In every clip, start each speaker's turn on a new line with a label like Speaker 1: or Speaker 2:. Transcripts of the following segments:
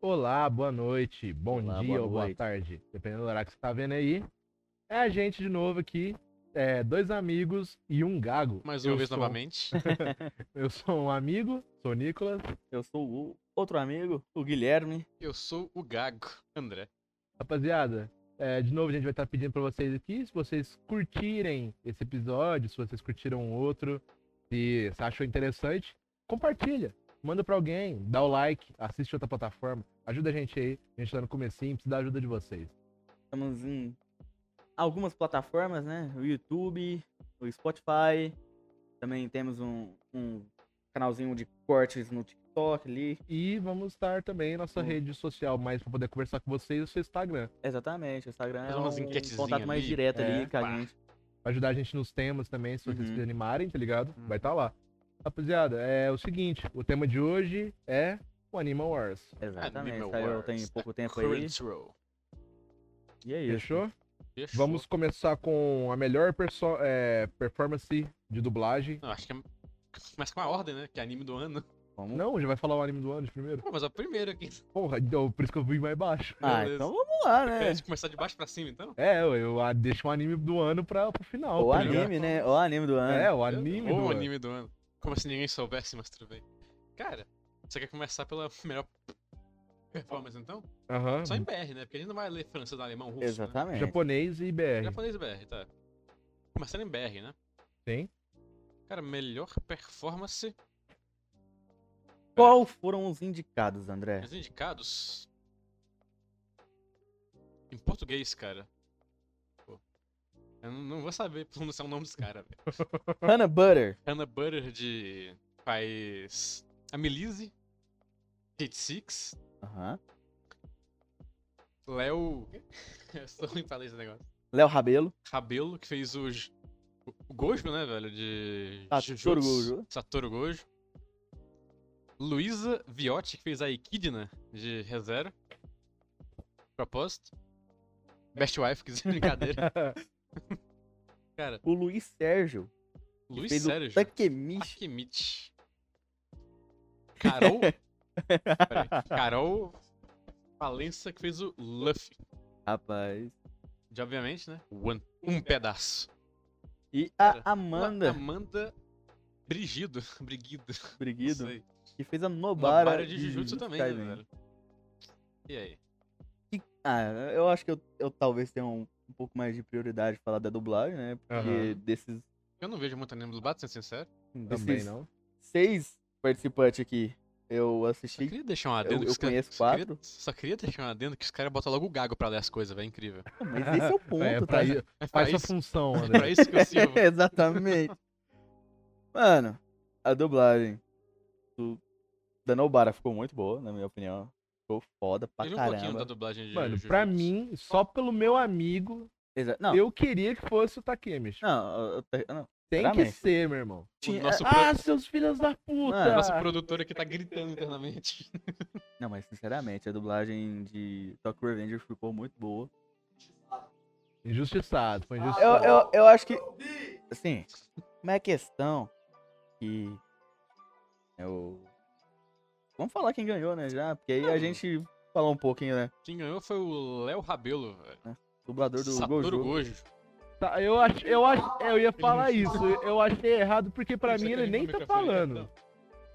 Speaker 1: Olá, boa noite, bom
Speaker 2: Olá,
Speaker 1: dia
Speaker 2: boa
Speaker 1: ou boa
Speaker 2: noite.
Speaker 1: tarde, dependendo do horário que você tá vendo aí. É a gente de novo aqui, é, dois amigos e um gago.
Speaker 3: Mais uma
Speaker 1: Eu
Speaker 3: vez
Speaker 1: sou-
Speaker 3: novamente.
Speaker 1: Eu sou um amigo, sou o Nicolas.
Speaker 2: Eu sou o outro amigo, o Guilherme.
Speaker 3: Eu sou o Gago, André.
Speaker 1: Rapaziada, é, de novo a gente vai estar pedindo para vocês aqui, se vocês curtirem esse episódio, se vocês curtiram um outro, se você achou interessante, compartilha, manda para alguém, dá o like, assiste outra plataforma, ajuda a gente aí, a gente tá no comecinho, precisa da ajuda de vocês.
Speaker 2: Estamos em algumas plataformas, né? O YouTube, o Spotify. Também temos um, um canalzinho de cortes no TikTok ali.
Speaker 1: E vamos estar também em nossa
Speaker 2: Hum.
Speaker 1: rede social mais para poder conversar com vocês, o seu Instagram,
Speaker 2: Exatamente, o Instagram é
Speaker 3: Fazer umas
Speaker 2: um
Speaker 3: enquetezinhas
Speaker 2: contato mais
Speaker 3: ali.
Speaker 2: direto
Speaker 1: É,
Speaker 2: ali com
Speaker 3: pá.
Speaker 2: a gente.
Speaker 1: Pra ajudar a gente nos temas também, se vocês
Speaker 2: Uhum. Hum.
Speaker 1: se animarem, tá ligado?
Speaker 3: Uhum.
Speaker 1: Vai estar lá. Rapaziada, é o seguinte, o tema de hoje é o Animal Wars.
Speaker 2: Exatamente,
Speaker 3: Animal
Speaker 2: saiu
Speaker 3: Wars,
Speaker 2: tem
Speaker 3: a
Speaker 2: pouco
Speaker 1: É,
Speaker 2: tempo aí.
Speaker 3: Current Row.
Speaker 2: E é isso.
Speaker 1: Fechou?
Speaker 3: Fechou.
Speaker 1: Vamos começar com a melhor perso- é, performance de dublagem.
Speaker 3: Não, acho que é mais com uma ordem, né? Que é anime do ano.
Speaker 2: Vamos.
Speaker 1: Não, já vai falar o anime do ano de primeiro?
Speaker 3: Pô, mas é o primeiro aqui.
Speaker 1: Porra, então, por isso que eu vim mais baixo.
Speaker 2: Ah,
Speaker 3: Beleza.
Speaker 2: então vamos lá,
Speaker 3: A
Speaker 2: né?
Speaker 3: gente começar de baixo pra cima, então?
Speaker 1: É, eu, eu ah, deixo o anime do ano pra, pro final.
Speaker 2: O
Speaker 1: tá ligado?
Speaker 2: anime, né? O anime do ano.
Speaker 1: É, o anime do
Speaker 3: Ou o
Speaker 1: ano.
Speaker 3: anime do ano. Como se ninguém soubesse, mas tudo bem. Cara, você quer começar pela melhor performance, então?
Speaker 1: Aham.
Speaker 3: Só em BR, né? Porque a gente não vai ler francês, alemão, russo, né?
Speaker 2: Exatamente.
Speaker 1: Japonês e BR.
Speaker 3: Japonês e BR, tá. Começando em BR, né?
Speaker 1: Sim.
Speaker 3: Cara, melhor performance.
Speaker 2: Qual foram os indicados, André?
Speaker 3: Os indicados. Em português, cara. Pô. Eu não- não vou saber pronunciar o nome dos caras, velho.
Speaker 2: Hannah Butter.
Speaker 3: Hannah Butter de. faz. A Melise. Kate Six.
Speaker 2: Aham.
Speaker 3: Léo. Eu sou ruim pra ler esse negócio.
Speaker 2: Léo Rabelo.
Speaker 3: Rabelo, que fez o. J- O Gojo, né, velho? De.
Speaker 2: Satoru
Speaker 3: Jujutsu.
Speaker 2: Gojo.
Speaker 3: Satoru Gojo. Luísa Viotti, que fez a Equidna de ReZero. Propósito. Best Wife, que brincadeira. Cara,
Speaker 2: O Luiz Sérgio. que
Speaker 3: Luiz
Speaker 2: fez
Speaker 3: Sérgio.
Speaker 2: O Takemichi.
Speaker 3: Akimich. Carol. Peraí, Carol Valença, que fez o Luffy.
Speaker 2: Rapaz.
Speaker 3: De, obviamente, né? One, um pedaço.
Speaker 2: E
Speaker 3: Cara,
Speaker 2: a Amanda
Speaker 3: Amanda Brigido. Brigido. não
Speaker 2: Briguido,
Speaker 3: sei.
Speaker 2: que fez a Nobara.
Speaker 3: Nobara de Jujutsu também, né,
Speaker 2: Kaisen.
Speaker 3: velho? E aí?
Speaker 2: Que- ah, eu acho que eu, eu talvez tenha um, um pouco mais de prioridade falar da dublagem, né? Porque
Speaker 1: Aham.
Speaker 2: desses,
Speaker 3: Eu não vejo muito anime dublado, sendo sincero.
Speaker 1: Também
Speaker 2: desses
Speaker 1: não.
Speaker 2: seis participantes aqui, eu
Speaker 3: Só
Speaker 2: assisti.
Speaker 3: queria deixar um adendo.
Speaker 2: eu
Speaker 3: que os caras-
Speaker 2: conheço
Speaker 3: só queria-
Speaker 2: quatro.
Speaker 3: Só queria deixar um adendo que os caras botam logo o gago pra ler as coisas, velho. Incrível.
Speaker 2: Mas esse é o ponto,
Speaker 1: é,
Speaker 2: tá?
Speaker 1: pra né? ir-
Speaker 3: É pra
Speaker 1: faz sua
Speaker 3: isso,
Speaker 1: função,
Speaker 3: é
Speaker 1: André.
Speaker 3: pra isso que eu sirvo.
Speaker 2: Exatamente. Mano, a dublagem do, da Nobara ficou muito boa, na minha opinião. Ficou foda pra
Speaker 3: Veja um pouquinho
Speaker 2: caramba.
Speaker 3: da dublagem de
Speaker 1: Mano,
Speaker 3: Jujutsu.
Speaker 1: pra mim, só pelo meu amigo,
Speaker 2: Exa- Não,
Speaker 1: eu queria que fosse o Takemichi.
Speaker 2: não, eu- eu- não,
Speaker 1: Tem que
Speaker 2: sinceramente.
Speaker 1: ser, meu irmão.
Speaker 2: Tinha-
Speaker 3: nosso pro-
Speaker 1: Ah, seus filhos da puta!
Speaker 2: Mano,
Speaker 3: Nosso produtor aqui tá gritando internamente.
Speaker 2: Não, mas sinceramente, a dublagem de Tokyo Revengers ficou muito boa.
Speaker 1: Injustiçado, foi
Speaker 2: Eu,
Speaker 1: injustiçado.
Speaker 2: Ah, eu, eu acho que. Assim, mas a questão que. Eu. Vamos falar quem ganhou, né? Já, porque aí a
Speaker 3: Não.
Speaker 2: gente falar um pouquinho, né?
Speaker 3: Quem ganhou foi o Léo Rabelo, velho.
Speaker 2: Dublador do
Speaker 3: Satoru
Speaker 2: Gojo.
Speaker 3: Gojo.
Speaker 1: Tá, eu acho, eu acho, eu ia falar isso. Eu achei errado porque pra mim ele nem tá falando.
Speaker 3: então.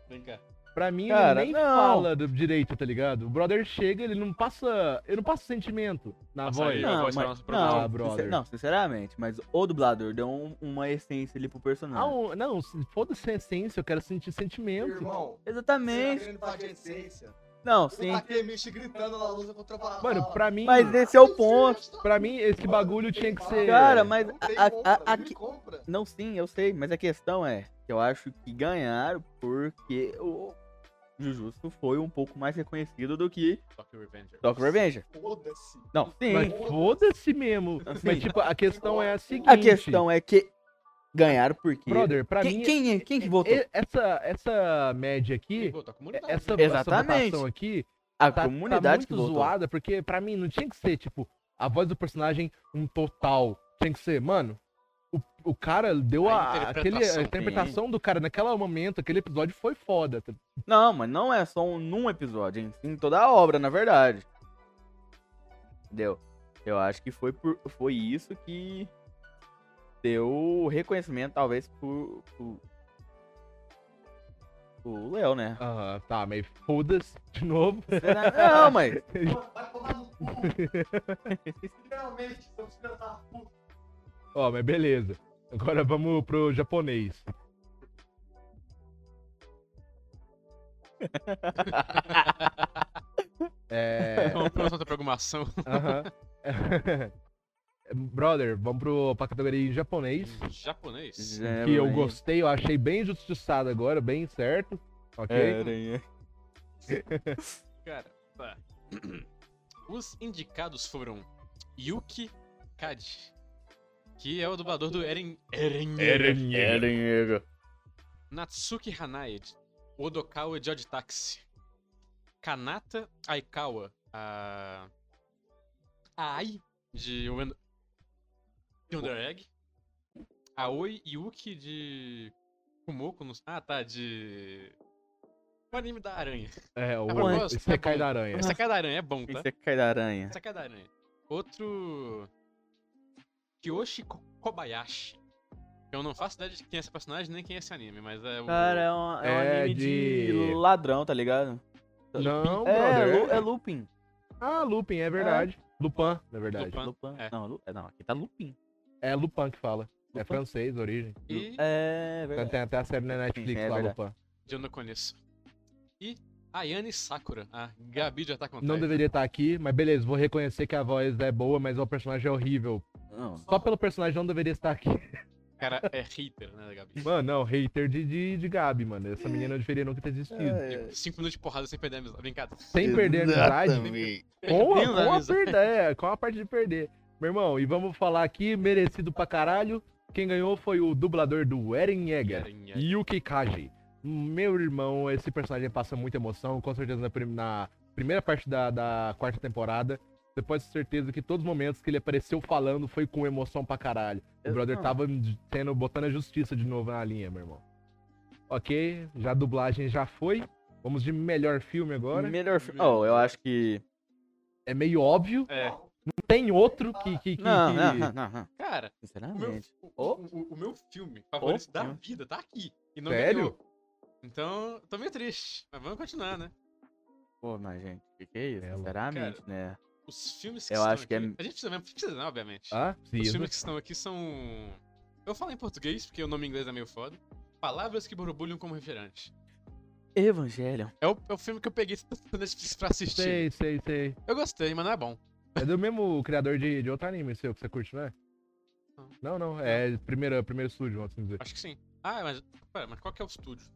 Speaker 3: Vem cá.
Speaker 1: Pra mim
Speaker 2: Cara,
Speaker 1: ele nem
Speaker 2: não.
Speaker 1: fala do direito, tá ligado? O brother chega, ele não passa, ele não passa sentimento na
Speaker 3: Passa
Speaker 1: voz.
Speaker 3: aí,
Speaker 2: Não,
Speaker 3: Vai
Speaker 2: mas,
Speaker 3: ser nosso
Speaker 2: não,
Speaker 1: Ah, brother.
Speaker 2: sincer- não, sinceramente, mas o dublador deu um- uma essência ali pro
Speaker 1: Ah,
Speaker 2: personagem.
Speaker 1: um- não, se- foda-se a essência, eu quero sentir sentimento.
Speaker 4: Irmão, você tá
Speaker 2: Exatamente.
Speaker 4: querendo falar de essência?
Speaker 2: Não,
Speaker 4: Você
Speaker 2: sim.
Speaker 4: tá Takemichi gritando na luz contra a parada.
Speaker 1: Mano, pra mim,
Speaker 2: Mas esse é o ponto.
Speaker 1: pra mim esse bagulho tinha que ser.
Speaker 2: Cara, mas
Speaker 4: Não tem
Speaker 2: a- a-
Speaker 4: compra,
Speaker 2: a-
Speaker 4: não
Speaker 2: aqui-
Speaker 4: compra.
Speaker 2: Não, sim, eu sei, mas a questão é que eu acho que ganharam porque o Jujutsu foi um pouco mais reconhecido do que
Speaker 3: Tokyo Revenger.
Speaker 2: Tokyo Revenger.
Speaker 4: Foda-se.
Speaker 2: Não, sim.
Speaker 1: Mas foda-se mesmo.
Speaker 2: Assim.
Speaker 1: Mas tipo, a questão é a seguinte.
Speaker 2: a questão é que ganharam porque.
Speaker 1: brother, pra
Speaker 2: quem,
Speaker 1: mim
Speaker 2: quem, é- quem que votou?
Speaker 1: e- essa essa média aqui,
Speaker 3: Pô, tá com
Speaker 1: essa essa
Speaker 2: Exatamente.
Speaker 1: votação aqui
Speaker 2: a
Speaker 1: tá, tá
Speaker 2: comunidade
Speaker 1: muito
Speaker 2: que votou.
Speaker 1: zoada, porque pra mim não tinha que ser, tipo, a voz do personagem um total. Tinha que ser, mano, o o cara deu
Speaker 3: A
Speaker 1: a, aquele- a
Speaker 3: interpretação.
Speaker 1: interpretação do cara naquele momento, aquele episódio foi foda. tá-
Speaker 2: Não, mas não é só um, num episódio, em, em toda a obra, na verdade. Entendeu? Eu acho que foi, por, foi isso que deu o reconhecimento, talvez, pro. pro, pro Léo, né?
Speaker 1: Aham, tá, mas foda-se de novo.
Speaker 2: Não, mas.
Speaker 4: Vai tomar no cu. um Realmente, estamos tirando a puta.
Speaker 1: Ó, mas beleza. Agora vamos pro japonês. é.
Speaker 3: Vamos pra outra programação.
Speaker 1: aham. Brother, vamos pro, pra categoria em japonês.
Speaker 3: em Japonês.
Speaker 2: É,
Speaker 1: que eu gostei, eu achei bem justiçado agora, bem certo. Ok?
Speaker 2: É,
Speaker 3: Cara, tá. Os indicados foram Yuki Kadi, que é o dublador do Eren. Eren.
Speaker 2: é,
Speaker 3: Natsuki Hanae, Odokawa Judge Taxi. Kanata Aikawa, a. A Ai, de Wend- Wonder Egg. Aoi Yuki de. Kumoko, não Ah, tá, de. O anime da aranha.
Speaker 1: É, o,
Speaker 3: Eu gosto,
Speaker 1: esse é
Speaker 3: é
Speaker 1: cai
Speaker 3: bom.
Speaker 1: da aranha.
Speaker 3: Essa cara da aranha é bom, tá?
Speaker 2: Isso é cai da aranha.
Speaker 3: Essa cara da aranha. Outro. Kyoshi Ko- Kobayashi. Eu não faço ideia de quem é esse personagem nem quem é esse anime, mas é o.
Speaker 2: Cara, é um, é um
Speaker 1: É
Speaker 2: anime de...
Speaker 1: de-
Speaker 2: ladrão, tá ligado?
Speaker 1: Não,
Speaker 2: é,
Speaker 1: brother.
Speaker 2: Lu- é Lupin.
Speaker 1: Ah, Lupin, é verdade. Lupin, na verdade.
Speaker 3: Lupin.
Speaker 2: Lupin.
Speaker 3: É.
Speaker 2: Não, Lu- é, não, aqui tá Lupin.
Speaker 1: É Lupin que fala. É
Speaker 2: Lupin.
Speaker 1: francês, origem.
Speaker 3: E
Speaker 2: É,
Speaker 1: Tem-
Speaker 2: verdade.
Speaker 1: Tem até a série na Netflix
Speaker 2: é
Speaker 1: lá,
Speaker 2: verdade.
Speaker 1: Lupin.
Speaker 3: eu não conheço. E Ayane Sakura, a Gabi tá de Attack on
Speaker 1: Não
Speaker 3: Titan.
Speaker 1: deveria estar aqui, mas beleza, vou reconhecer que a voz é boa, mas o personagem é horrível.
Speaker 2: Não,
Speaker 1: Só pelo personagem não deveria estar aqui.
Speaker 3: Cara, é hater, né, da Gabi?
Speaker 1: Mano, não, hater de, de, de Gabi, mano. Essa menina não deveria nunca ter existido.
Speaker 2: É,
Speaker 3: Tipo, Cinco minutos de porrada sem perder a amizade. Brincadeira.
Speaker 1: Sem perder a amizade, com a,
Speaker 3: Perdendo a
Speaker 1: com a
Speaker 3: amizade.
Speaker 1: perda, é, com a parte de perder. Meu irmão, e vamos falar aqui, merecido pra caralho. Quem ganhou foi o dublador do Eren Yeager.
Speaker 3: Eren Yeager.
Speaker 1: Yuki Kaji. Meu irmão, esse personagem passa muita emoção, com certeza na, prim- na primeira parte da, da quarta temporada. Você pode ter certeza que todos os momentos que ele apareceu falando foi com emoção pra caralho. O
Speaker 2: Eu-
Speaker 1: brother tá
Speaker 2: não.
Speaker 1: tava tendo, botando a justiça de novo na linha, meu irmão. Ok, já a dublagem já foi. Vamos de melhor filme agora.
Speaker 2: Melhor filme. Oh, eu acho que.
Speaker 1: É meio óbvio.
Speaker 3: É,
Speaker 1: Tem outro que. que, que-
Speaker 2: Não,
Speaker 1: que-
Speaker 2: não, não, não, não.
Speaker 3: cara, o meu,
Speaker 2: Sinceramente.
Speaker 3: o,
Speaker 2: Oh.
Speaker 3: o- o meu filme favorito
Speaker 2: Oh,
Speaker 3: da
Speaker 2: filme.
Speaker 3: vida tá aqui. E não
Speaker 1: Sério?
Speaker 3: ganhou. Então, tô meio triste. Mas vamos continuar, né?
Speaker 2: Pô, mas gente, o que, que é isso?
Speaker 1: É,
Speaker 2: Sinceramente, né?
Speaker 3: Os filmes que
Speaker 2: Eu
Speaker 3: estão
Speaker 2: acho que é-
Speaker 3: aqui... A gente precisa mesmo, precisa não, obviamente.
Speaker 1: Ah, sim.
Speaker 3: Os filmes que estão aqui são. Eu falo em português, porque o nome em inglês é meio foda. Palavras que borbulham como refrigerante.
Speaker 2: Evangelho.
Speaker 3: É o, é o filme que eu peguei na Netflix pra assistir.
Speaker 1: Sei, sei, sei.
Speaker 3: Eu gostei, mas não é bom.
Speaker 1: É do mesmo criador de, de outro anime seu que você curte, não é?
Speaker 3: Não.
Speaker 1: Não, não. É primeiro, primeiro estúdio, vamos assim dizer.
Speaker 3: Acho que sim. Ah, mas. Pera, mas qual que é o estúdio?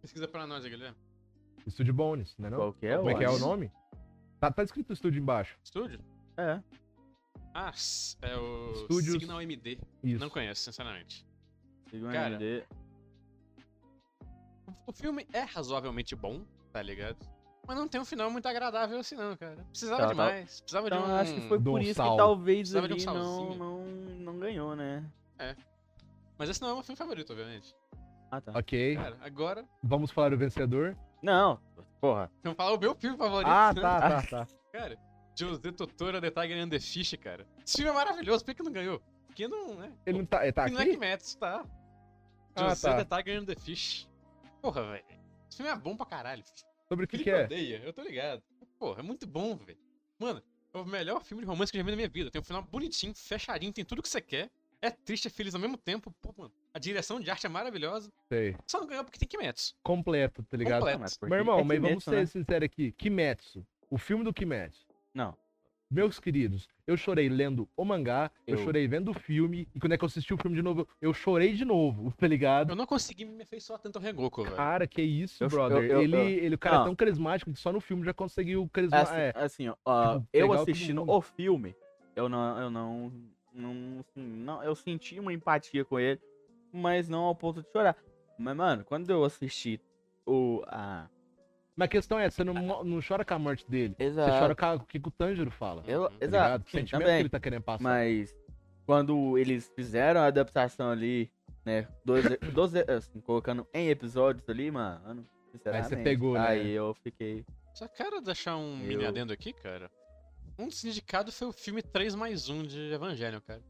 Speaker 3: Pesquisa pra nós aí, Guilherme.
Speaker 1: Estúdio Bones, né? Não?
Speaker 2: Qual que é?
Speaker 1: Como é que é o
Speaker 2: acho?
Speaker 1: nome? Tá, tá escrito estúdio embaixo.
Speaker 3: Estúdio?
Speaker 2: É.
Speaker 3: Ah, s- é o.
Speaker 1: Estúdios-
Speaker 3: Signal MD.
Speaker 1: Isso.
Speaker 3: Não conheço, sinceramente.
Speaker 2: Siga o
Speaker 3: Cara.
Speaker 2: MD.
Speaker 3: O- O filme é razoavelmente bom, tá ligado? Mas não tem um final muito agradável assim, não, cara. Precisava
Speaker 2: Tá,
Speaker 3: de
Speaker 2: tá.
Speaker 3: mais. Precisava
Speaker 2: Então
Speaker 3: de um.
Speaker 2: eu acho que foi
Speaker 1: de um
Speaker 2: por isso
Speaker 1: sal.
Speaker 2: que talvez
Speaker 3: Precisava de um
Speaker 2: ali não,
Speaker 3: salzinho.
Speaker 2: não, não ganhou, né?
Speaker 3: Mas esse não é o meu filme favorito, obviamente.
Speaker 2: Ah, tá.
Speaker 1: Ok.
Speaker 3: Cara, agora.
Speaker 1: Vamos falar do vencedor.
Speaker 2: Não, porra.
Speaker 3: Vamos falar o meu filme favorito.
Speaker 1: Ah,
Speaker 3: né?
Speaker 1: tá, tá, tá.
Speaker 3: Cara, José Totoro The Tiger and the Fish, cara. Esse filme é maravilhoso, por que que não ganhou? Porque não, né?
Speaker 1: Ele não tá. Ele tá
Speaker 3: Porque não é que
Speaker 1: aqui?
Speaker 3: Mads, tá?
Speaker 1: Ah, tá.
Speaker 3: José The Tiger and the Fish. Porra, velho. Esse filme é bom pra caralho.
Speaker 1: Sobre o que,
Speaker 3: Felipe
Speaker 1: que é?
Speaker 3: odeia, eu tô ligado. Porra, é muito bom, velho. Mano, é o melhor filme de romance que eu já vi na minha vida. Tem um final bonitinho, fechadinho, tem tudo que você quer. É triste, é feliz ao mesmo tempo. Pô, mano, a direção de arte é maravilhosa.
Speaker 1: Sei.
Speaker 3: Só não ganhou porque tem Kimetsu.
Speaker 1: Completo, tá ligado?
Speaker 3: Completo.
Speaker 2: mas porque
Speaker 1: Meu irmão,
Speaker 2: é
Speaker 1: mas vamos
Speaker 2: Kimetsu,
Speaker 1: ser
Speaker 2: né?
Speaker 1: sinceros aqui. Kimetsu. O filme do Kimetsu.
Speaker 2: Não.
Speaker 1: Meus queridos, eu chorei lendo o mangá, eu,
Speaker 2: Eu.
Speaker 1: chorei vendo o filme, e quando é que eu assisti o filme de novo, eu chorei de novo, tá ligado?
Speaker 3: Eu não consegui me afeiçoar tanto ao Rengoku, velho.
Speaker 1: Cara, que isso,
Speaker 2: Eu-
Speaker 1: brother.
Speaker 2: eu- eu-
Speaker 1: ele,
Speaker 2: eu-
Speaker 1: ele, o cara é
Speaker 2: Não.
Speaker 1: tão carismático que só no filme já conseguiu carisma.
Speaker 2: Assim,
Speaker 1: é,
Speaker 2: assim, ó, ó,
Speaker 1: tipo,
Speaker 2: eu
Speaker 1: pegar todo
Speaker 2: assistindo
Speaker 1: mundo.
Speaker 2: o filme, eu não, eu não, não, assim, não- eu senti uma empatia com ele, mas não ao ponto de chorar. Mas mano, quando eu assisti o a
Speaker 1: Mas a questão é, você não, mo- não chora com a morte dele. Você
Speaker 2: exato, Uhum.
Speaker 1: chora com a- com o que o Tanjiro fala.
Speaker 2: eu,
Speaker 3: Tá
Speaker 1: Tá
Speaker 2: exato,
Speaker 1: ligado? O
Speaker 2: sim,
Speaker 1: sentimento que
Speaker 2: também,
Speaker 1: ele tá querendo passar.
Speaker 2: mas quando eles fizeram a adaptação ali, né? 12, 12, assim, colocando em episódios ali, mano. Sinceramente.
Speaker 1: pegou, né?
Speaker 2: Aí eu fiquei.
Speaker 3: Só quero deixar um mini
Speaker 2: Eu-
Speaker 3: adendo aqui, cara. Um dos indicados foi o filme 3 mais 1 de Evangelho, cara.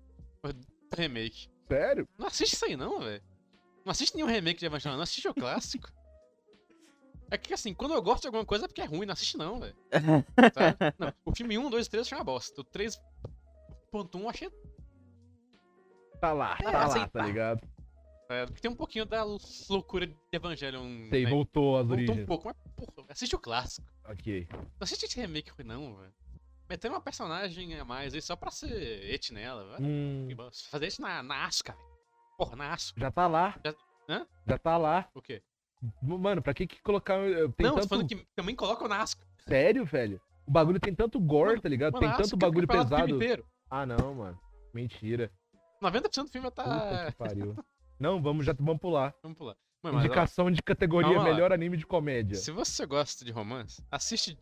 Speaker 3: Foi do remake.
Speaker 1: Sério?
Speaker 3: Não assiste isso aí não, velho. Não assiste nenhum remake de Evangelho, não assiste o clássico. É que assim, quando eu gosto de alguma coisa é porque é ruim, não assiste não, velho. Tá? Não, o filme 1, 2 e 3 eu achei uma bosta. O 3.1 eu achei.
Speaker 1: Tá lá,
Speaker 2: É,
Speaker 1: tá lá,
Speaker 2: assim,
Speaker 1: tá
Speaker 3: aceitar.
Speaker 1: ligado?
Speaker 3: É, porque tem um pouquinho da lou- loucura de Evangelho.
Speaker 1: Sei, voltou às
Speaker 3: Voltou um
Speaker 1: origens.
Speaker 3: pouco, mas porra, assiste o clássico.
Speaker 1: Ok.
Speaker 3: Não assiste esse remake ruim, não, velho. Metendo uma personagem a mais aí só pra ser et nela, velho.
Speaker 1: Hum,
Speaker 3: Fazer isso na, na asca, velho. Porra, na asco.
Speaker 1: já tá lá.
Speaker 3: Já- Hã?
Speaker 1: Já tá lá.
Speaker 3: O quê?
Speaker 1: Mano, pra que que colocar... eu- Tem
Speaker 3: não, tô
Speaker 1: tanto...
Speaker 3: falando que também coloca o na asca.
Speaker 1: Sério, velho? O bagulho tem tanto gore,
Speaker 3: Mano,
Speaker 1: tá ligado?
Speaker 3: Mano,
Speaker 1: tem
Speaker 3: a
Speaker 1: tanto
Speaker 3: Asuka
Speaker 1: bagulho
Speaker 3: fica pelada o filme
Speaker 1: pesado.
Speaker 3: inteiro.
Speaker 1: Ah, não, mano. Mentira.
Speaker 3: 90% do filme já
Speaker 1: Puta
Speaker 3: tá.
Speaker 1: que pariu. Não, vamos já vamos pular.
Speaker 3: Vamos pular. Mano, mas, ó,
Speaker 1: Indicação de categoria
Speaker 3: Calma lá.
Speaker 1: melhor anime de comédia.
Speaker 3: se você gosta de romance, assiste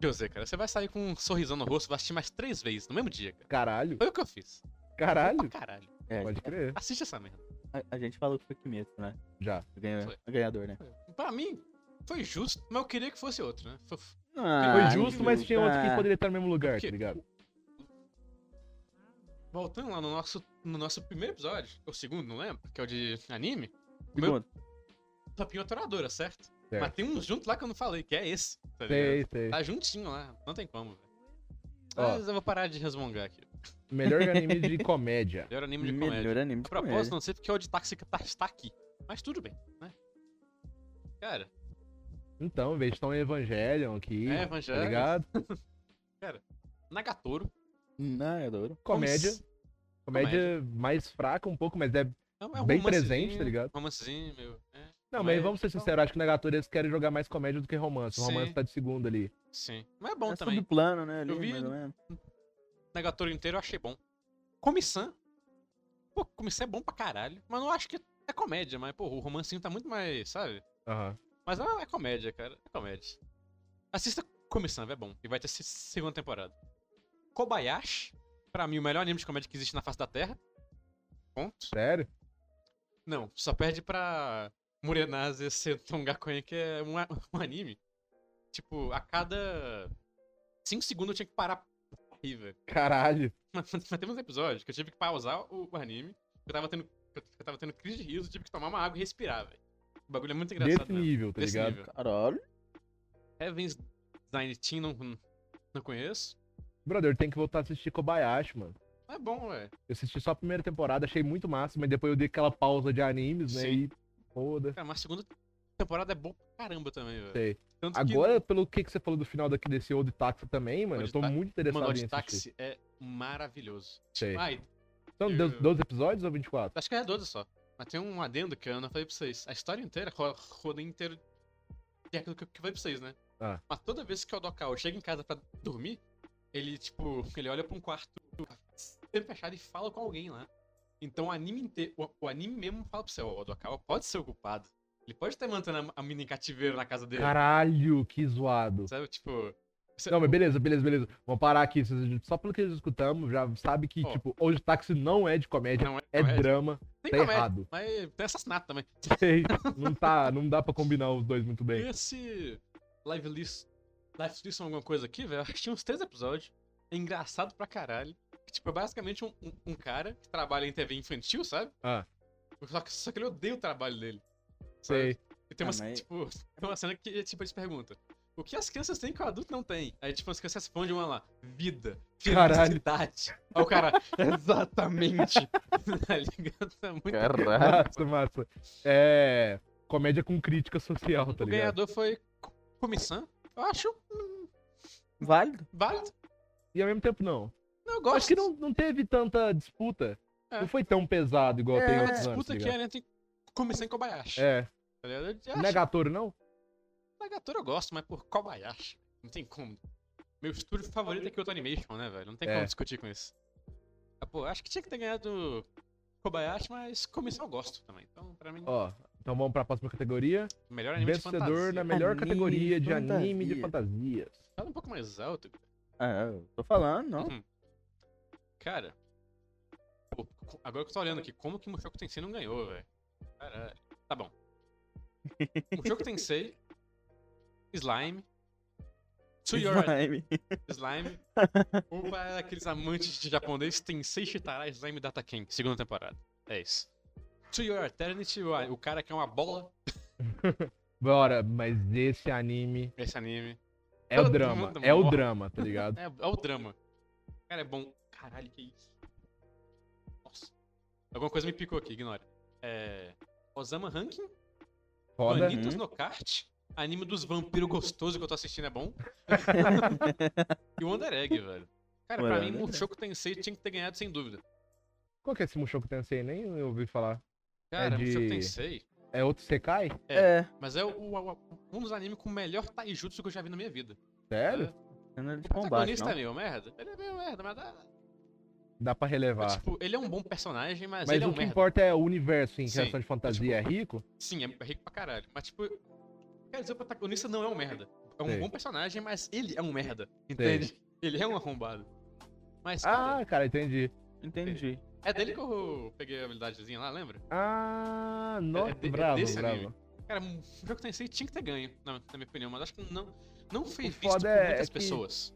Speaker 3: José, cara. Você vai sair com um sorrisão no rosto, vai assistir mais três vezes no mesmo dia, cara.
Speaker 1: Caralho,
Speaker 3: Foi o que eu fiz. Pra
Speaker 1: caralho.
Speaker 3: caralho.
Speaker 2: É,
Speaker 1: Pode crer.
Speaker 3: Assiste essa merda.
Speaker 2: a, a gente falou que foi Kimetsu, né?
Speaker 1: Já.
Speaker 2: Ganhou,
Speaker 3: Foi.
Speaker 2: ganhador, né?
Speaker 3: Pra mim, foi justo, mas eu queria que fosse outro, né? Foi-
Speaker 1: Foi
Speaker 3: Ah,
Speaker 1: justo, mas tinha outro que poderia estar no mesmo lugar, tá
Speaker 3: Porque-
Speaker 1: ligado?
Speaker 3: Voltando lá no nosso, no nosso primeiro episódio, ou segundo, não lembro, que é o de anime,
Speaker 2: Segundo,
Speaker 3: Topinho Atoradora, certo?
Speaker 1: Certo.
Speaker 3: Mas tem um junto lá que eu não falei, que é esse. Tá, ligado?
Speaker 1: Sei, sei.
Speaker 3: tá juntinho lá, não tem como, velho.
Speaker 1: Ó.
Speaker 3: Mas eu vou parar de resmungar aqui.
Speaker 1: Melhor anime de comédia.
Speaker 3: Melhor anime de comédia.
Speaker 2: melhor anime
Speaker 3: A
Speaker 2: de
Speaker 3: propósito,
Speaker 2: comédia.
Speaker 3: não sei porque o de táxi que tá, está aqui. Mas tudo bem, né? Cara,
Speaker 1: Então, veja, estão em Evangelion aqui.
Speaker 3: É,
Speaker 1: Tá
Speaker 3: Evangelion.
Speaker 1: ligado?
Speaker 3: Nagatoro.
Speaker 1: é
Speaker 2: Ganhador.
Speaker 1: Comédia.
Speaker 3: romance-
Speaker 1: Comédia mais fraca um pouco, mas é.
Speaker 3: É um
Speaker 1: Bem
Speaker 3: romancezinho,
Speaker 1: presente, tá ligado?
Speaker 3: Romancezinho, meu. é,
Speaker 1: Não, mas
Speaker 3: comédia,
Speaker 1: vamos ser
Speaker 3: então,
Speaker 1: sinceros, acho que Nagatoro eles querem jogar mais comédia do que romance. O
Speaker 3: Sim.
Speaker 1: romance tá de segundo ali.
Speaker 3: Sim. Mas é bom
Speaker 2: é
Speaker 3: também.
Speaker 2: subplano, né? Ali,
Speaker 3: Eu vi-
Speaker 2: mais ou menos.
Speaker 3: Nagatoro inteiro eu achei bom. Comissão. Pô, Comissão é bom pra caralho. Mas não acho que é comédia, mas, pô, o romancinho tá muito mais, sabe?
Speaker 1: Aham.
Speaker 3: Mas é, é comédia, cara. É comédia. Assista Comissão, é bom. E vai ter se- segunda temporada. Kobayashi. Pra mim, o melhor anime de comédia que existe na face da Terra. Ponto.
Speaker 1: Sério?
Speaker 3: Não, só perde pra Murenase Setongakonha, que é um, a- um anime. Tipo, a cada 5 segundos eu tinha que parar pra rir, velho.
Speaker 1: Caralho.
Speaker 3: Mas, mas teve uns episódios que eu tive que pausar o, o anime, que eu tava tendo. que Eu, que eu tava tendo crise de riso, eu tive que tomar uma água e respirar, velho. O bagulho é muito engraçado,
Speaker 1: Desse
Speaker 3: mesmo.
Speaker 1: nível, tá
Speaker 3: Desse
Speaker 1: ligado?
Speaker 3: nível.
Speaker 2: Caralho.
Speaker 3: Heaven's Design Team não, não conheço.
Speaker 1: Brother, tem que voltar a assistir Kobayashi, mano.
Speaker 3: Mas é bom, velho.
Speaker 1: Eu assisti só a primeira temporada, achei muito massa, mas depois eu dei aquela pausa de animes, né?
Speaker 3: Sim.
Speaker 1: E foda.
Speaker 3: Cara, mas a segunda temporada é boa pra caramba também, velho.
Speaker 1: Sei.
Speaker 3: Tanto que-
Speaker 1: Agora, pelo que, que você falou do final daqui desse Old Taxi também, mano,
Speaker 3: Old é
Speaker 1: eu tô
Speaker 3: Ta-
Speaker 1: muito interessado
Speaker 3: Mano, o
Speaker 1: em
Speaker 3: de
Speaker 1: assistir.
Speaker 3: táxi é maravilhoso.
Speaker 1: Sei.
Speaker 3: Ai,
Speaker 1: São
Speaker 3: eu-
Speaker 1: 12 12 episódios ou 24?
Speaker 3: acho que é 12 só. Mas tem um adendo que eu não falei pra vocês. A história inteira ro- roda inteiro. É aquilo que eu que eu falei pra vocês, né?
Speaker 1: Ah.
Speaker 3: Mas toda vez que o Dokao chega em casa pra dormir, ele, tipo, ele olha pra um quarto sempre fechado e fala com alguém lá. Então o anime inteiro. O, o anime mesmo fala pro céu, ó, o Dokao pode ser o culpado. Ele pode estar mantendo a, a mina em cativeiro na casa dele.
Speaker 1: Caralho, que zoado.
Speaker 3: Sabe, tipo. você-
Speaker 1: Não, mas beleza, beleza, beleza. Vamos parar aqui. vocês- Só pelo que nós escutamos, já sabe que,
Speaker 3: Ó.
Speaker 1: tipo, Old Taxi não é de comédia,
Speaker 3: Não é,
Speaker 1: é
Speaker 3: comédia.
Speaker 1: drama.
Speaker 3: Tem
Speaker 1: tá
Speaker 3: comédia,
Speaker 1: errado.
Speaker 3: Mas tem assassinato também.
Speaker 1: Sei. não, tá, não dá pra combinar os dois muito bem.
Speaker 3: E esse live list, live list é alguma coisa aqui, velho, eu assisti uns três episódios. É engraçado pra caralho. Que, tipo, é basicamente um, um- um cara que trabalha em TV infantil, sabe?
Speaker 1: Ah.
Speaker 3: Só que, só que ele odeia o trabalho dele. sabe?
Speaker 1: Sei.
Speaker 3: E tem uma,
Speaker 2: Ah, mas-
Speaker 3: tipo, tem uma cena que tipo, eles perguntam: O que as crianças têm que o adulto não tem? Aí, tipo, as crianças respondem uma lá: Vida,
Speaker 1: Caralho.
Speaker 3: felicidade. Aí o cara, exatamente. tá ligado? Tá muito
Speaker 2: Caralho.
Speaker 1: Massa, massa. É. Comédia com crítica social, tá
Speaker 3: o
Speaker 1: ligado?
Speaker 3: ganhador foi Co- Comissão. Eu acho
Speaker 2: Válido.
Speaker 3: válido.
Speaker 1: E ao mesmo tempo não.
Speaker 3: Não, eu gosto.
Speaker 1: Acho que não, não teve tanta disputa.
Speaker 3: É.
Speaker 1: Não foi tão pesado igual
Speaker 2: É,
Speaker 1: tem
Speaker 3: É uma
Speaker 1: outros anos, tá
Speaker 3: disputa que
Speaker 1: ligado?
Speaker 3: era entre Comissão e Kobayashi.
Speaker 1: É.
Speaker 3: Tá ligado? Eu acho
Speaker 1: Não é Gatoro, não?
Speaker 3: que Nagatoro eu gosto, mas por Kobayashi. Não tem como. Meu estúdio favorito é Kyoto Animation, né, velho? Não tem
Speaker 1: É.
Speaker 3: como discutir com isso. Ah, pô, acho que tinha que ter ganhado Kobayashi, mas Comissão eu gosto também. Então, pra mim,
Speaker 1: Ó. Então vamos pra próxima categoria.
Speaker 3: melhor anime de
Speaker 1: Vencedor
Speaker 3: fantasia.
Speaker 1: na melhor
Speaker 2: Anime
Speaker 1: categoria de
Speaker 2: de
Speaker 1: anime de fantasias.
Speaker 3: Fala um pouco mais alto.
Speaker 2: É, Ah, eu tô falando, não.
Speaker 3: Uhum. Cara, Pô, co- agora que eu tô olhando aqui, como que Mushoku Tensei não ganhou, velho? Caralho. Tá bom. Mushoku Tensei, Slime, Tsuyori
Speaker 2: Slime.
Speaker 3: Slime, ou para aqueles amantes de japonês, Tensei Shitara Slime Data Ken, segunda temporada. É isso. To Your Eternity, o o cara que é uma bola,
Speaker 1: Bora, mas esse anime
Speaker 3: esse anime.
Speaker 1: é o
Speaker 3: Todo
Speaker 1: drama.
Speaker 3: mundo
Speaker 1: É o
Speaker 3: morre.
Speaker 1: drama, tá ligado?
Speaker 3: É, é o drama. Cara, é bom. Caralho, que isso. Nossa. Alguma coisa me picou aqui, ignora. É. Osama Ranking,
Speaker 1: Foda.
Speaker 3: Manitas
Speaker 2: Uhum.
Speaker 3: no Kart, anime dos vampiros gostoso que eu tô assistindo é bom. e o Wonder Egg, velho. Cara, pra
Speaker 2: Wonder
Speaker 3: mim,
Speaker 2: Egg.
Speaker 3: Mushoku Tensei tinha que ter ganhado sem dúvida.
Speaker 1: Qual que é esse Mushoku Tensei? Nem ouvi falar.
Speaker 3: Cara,
Speaker 1: É de-
Speaker 3: Mushoku Tensei.
Speaker 1: É outro Sekai?
Speaker 2: É.
Speaker 3: Mas é o- o- o- um dos animes com o melhor taijutsu que eu já vi na minha vida.
Speaker 1: Sério?
Speaker 3: É.
Speaker 2: Cena de
Speaker 3: O
Speaker 2: combate,
Speaker 3: protagonista
Speaker 2: não.
Speaker 3: é meio merda. Ele é meio merda, mas dá-
Speaker 1: Dá pra
Speaker 3: mas,
Speaker 1: relevar.
Speaker 3: tipo, ele é um bom personagem, mas,
Speaker 1: Mas,
Speaker 3: ele é
Speaker 1: o
Speaker 3: um
Speaker 1: que
Speaker 3: merda.
Speaker 1: importa é o universo em
Speaker 3: Sim,
Speaker 1: criação de fantasia é rico?
Speaker 3: Sim, é rico pra caralho. Mas, tipo, quer dizer, o protagonista não é um merda. É um
Speaker 1: Sei.
Speaker 3: bom personagem, mas ele é um merda. Entende? Ele é um arrombado. Mas, cara,
Speaker 1: Ah, cara, entendi.
Speaker 2: Entendi.
Speaker 3: é dele que eu peguei a habilidadezinha lá, lembra?
Speaker 1: Ah, nossa,
Speaker 3: de- é
Speaker 1: bravo,
Speaker 3: desse anime.
Speaker 1: bravo.
Speaker 3: Cara, o jogo Tensei tinha que ter ganho, na, na minha opinião, mas acho que não, não foi
Speaker 1: O
Speaker 3: visto
Speaker 1: foda
Speaker 3: por
Speaker 1: é
Speaker 3: muitas
Speaker 1: que-
Speaker 3: pessoas.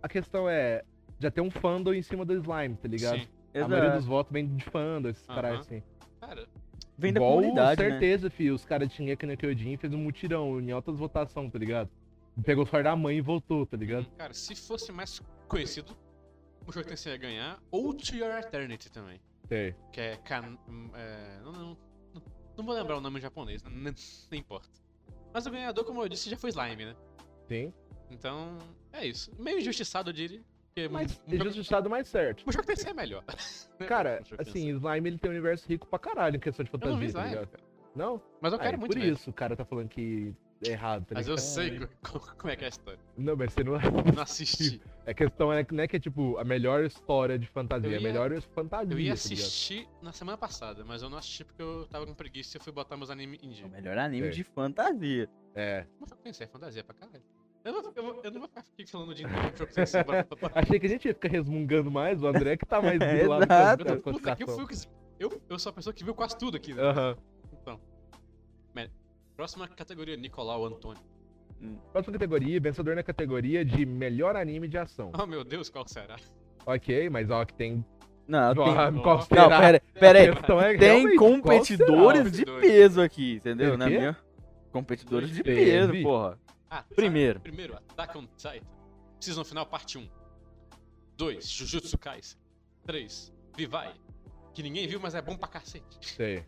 Speaker 1: A questão é, já tem um fandom em cima do slime, tá ligado?
Speaker 3: Sim.
Speaker 1: A maioria
Speaker 2: Exato.
Speaker 1: dos votos vem de fandom, esses
Speaker 3: Aham.
Speaker 1: caras assim.
Speaker 3: Cara,
Speaker 2: Vem da
Speaker 1: Igual,
Speaker 2: comunidade, né?
Speaker 1: certeza, fi, os caras de Shingeki no Kyojin fez um mutirão em altas votações, tá ligado? Pegou o suor da mãe e voltou, tá ligado?
Speaker 3: Cara, se fosse mais conhecido, o jogo Tensei ia ganhar. Ou To Your Eternity também.
Speaker 1: Sei.
Speaker 3: Que é. Kan... hum, é, não, não, não. Não vou lembrar o nome em japonês, n- nem, importa. Mas o ganhador, como eu disse, já foi slime, né?
Speaker 1: Sim.
Speaker 3: Então, é isso. Meio injustiçado, eu diria. Porque
Speaker 1: Mas
Speaker 3: o jogo-
Speaker 1: justiçado mais certo.
Speaker 3: o jogo Tensei é melhor.
Speaker 1: Cara,
Speaker 3: O jogo
Speaker 1: assim,
Speaker 3: Tensei.
Speaker 1: slime ele tem um universo rico pra caralho em questão de
Speaker 3: Eu não vi
Speaker 1: fantasia, tá
Speaker 3: slime.
Speaker 1: ligado?
Speaker 3: cara.
Speaker 1: Não?
Speaker 3: Mas eu
Speaker 1: Ah,
Speaker 3: quero
Speaker 1: é
Speaker 3: muito
Speaker 1: por
Speaker 3: ver.
Speaker 1: isso o cara tá falando que é errado, tá
Speaker 3: Mas
Speaker 1: ligado?
Speaker 3: eu sei co- como é que é a história.
Speaker 1: Não, mas você não é.
Speaker 3: Não assisti.
Speaker 1: A questão é, não é que é tipo a melhor história de fantasia,
Speaker 3: Eu
Speaker 1: é a
Speaker 3: ia-
Speaker 1: melhor fantasia.
Speaker 3: Eu
Speaker 1: tá
Speaker 3: ia
Speaker 1: ligado?
Speaker 3: assistir na semana passada, mas eu não assisti porque eu tava com preguiça e eu fui botar meus animes em
Speaker 2: É
Speaker 3: dia.
Speaker 2: O melhor anime
Speaker 1: É.
Speaker 2: de fantasia.
Speaker 1: É.
Speaker 3: Mas eu pensei, é fantasia pra caralho. Eu não, eu, vou- eu não vou ficar aqui falando de Jogo Sensei. pra- pra- pra-
Speaker 1: Achei que a gente ia ficar resmungando mais, o André que tá mais
Speaker 2: É,
Speaker 1: do lado
Speaker 2: exato.
Speaker 1: com
Speaker 3: Eu,
Speaker 1: essas
Speaker 3: tô, puta, que eu,
Speaker 1: classificações.
Speaker 3: fui, o que- eu, eu sou a pessoa que viu quase tudo aqui. Né?
Speaker 1: Aham.
Speaker 3: Então. Mer- Próxima categoria, Nicolau Antônio.
Speaker 1: Próxima categoria, vencedor na categoria de melhor anime de ação.
Speaker 3: Oh meu Deus, qual será?
Speaker 1: Ok, mas ó, que tem.
Speaker 2: Não, tem...
Speaker 1: Ah,
Speaker 3: tem-
Speaker 1: qual
Speaker 3: Não,
Speaker 1: será?
Speaker 2: não pera, pera aí.
Speaker 1: A questão é
Speaker 2: Tem
Speaker 1: realmente, qual será?
Speaker 2: competidores de
Speaker 3: Competidores.
Speaker 2: peso aqui, entendeu?
Speaker 1: Tem
Speaker 2: Na
Speaker 1: quê?
Speaker 2: minha... Competidores de
Speaker 1: Teve.
Speaker 2: peso, porra.
Speaker 3: Ah, tá.
Speaker 2: Primeiro.
Speaker 3: Primeiro, Attack on Titan. Season Final, parte 1. 2. Jujutsu Kaisen. 3. Vivai. Que ninguém viu, mas é bom pra cacete.
Speaker 1: Sei.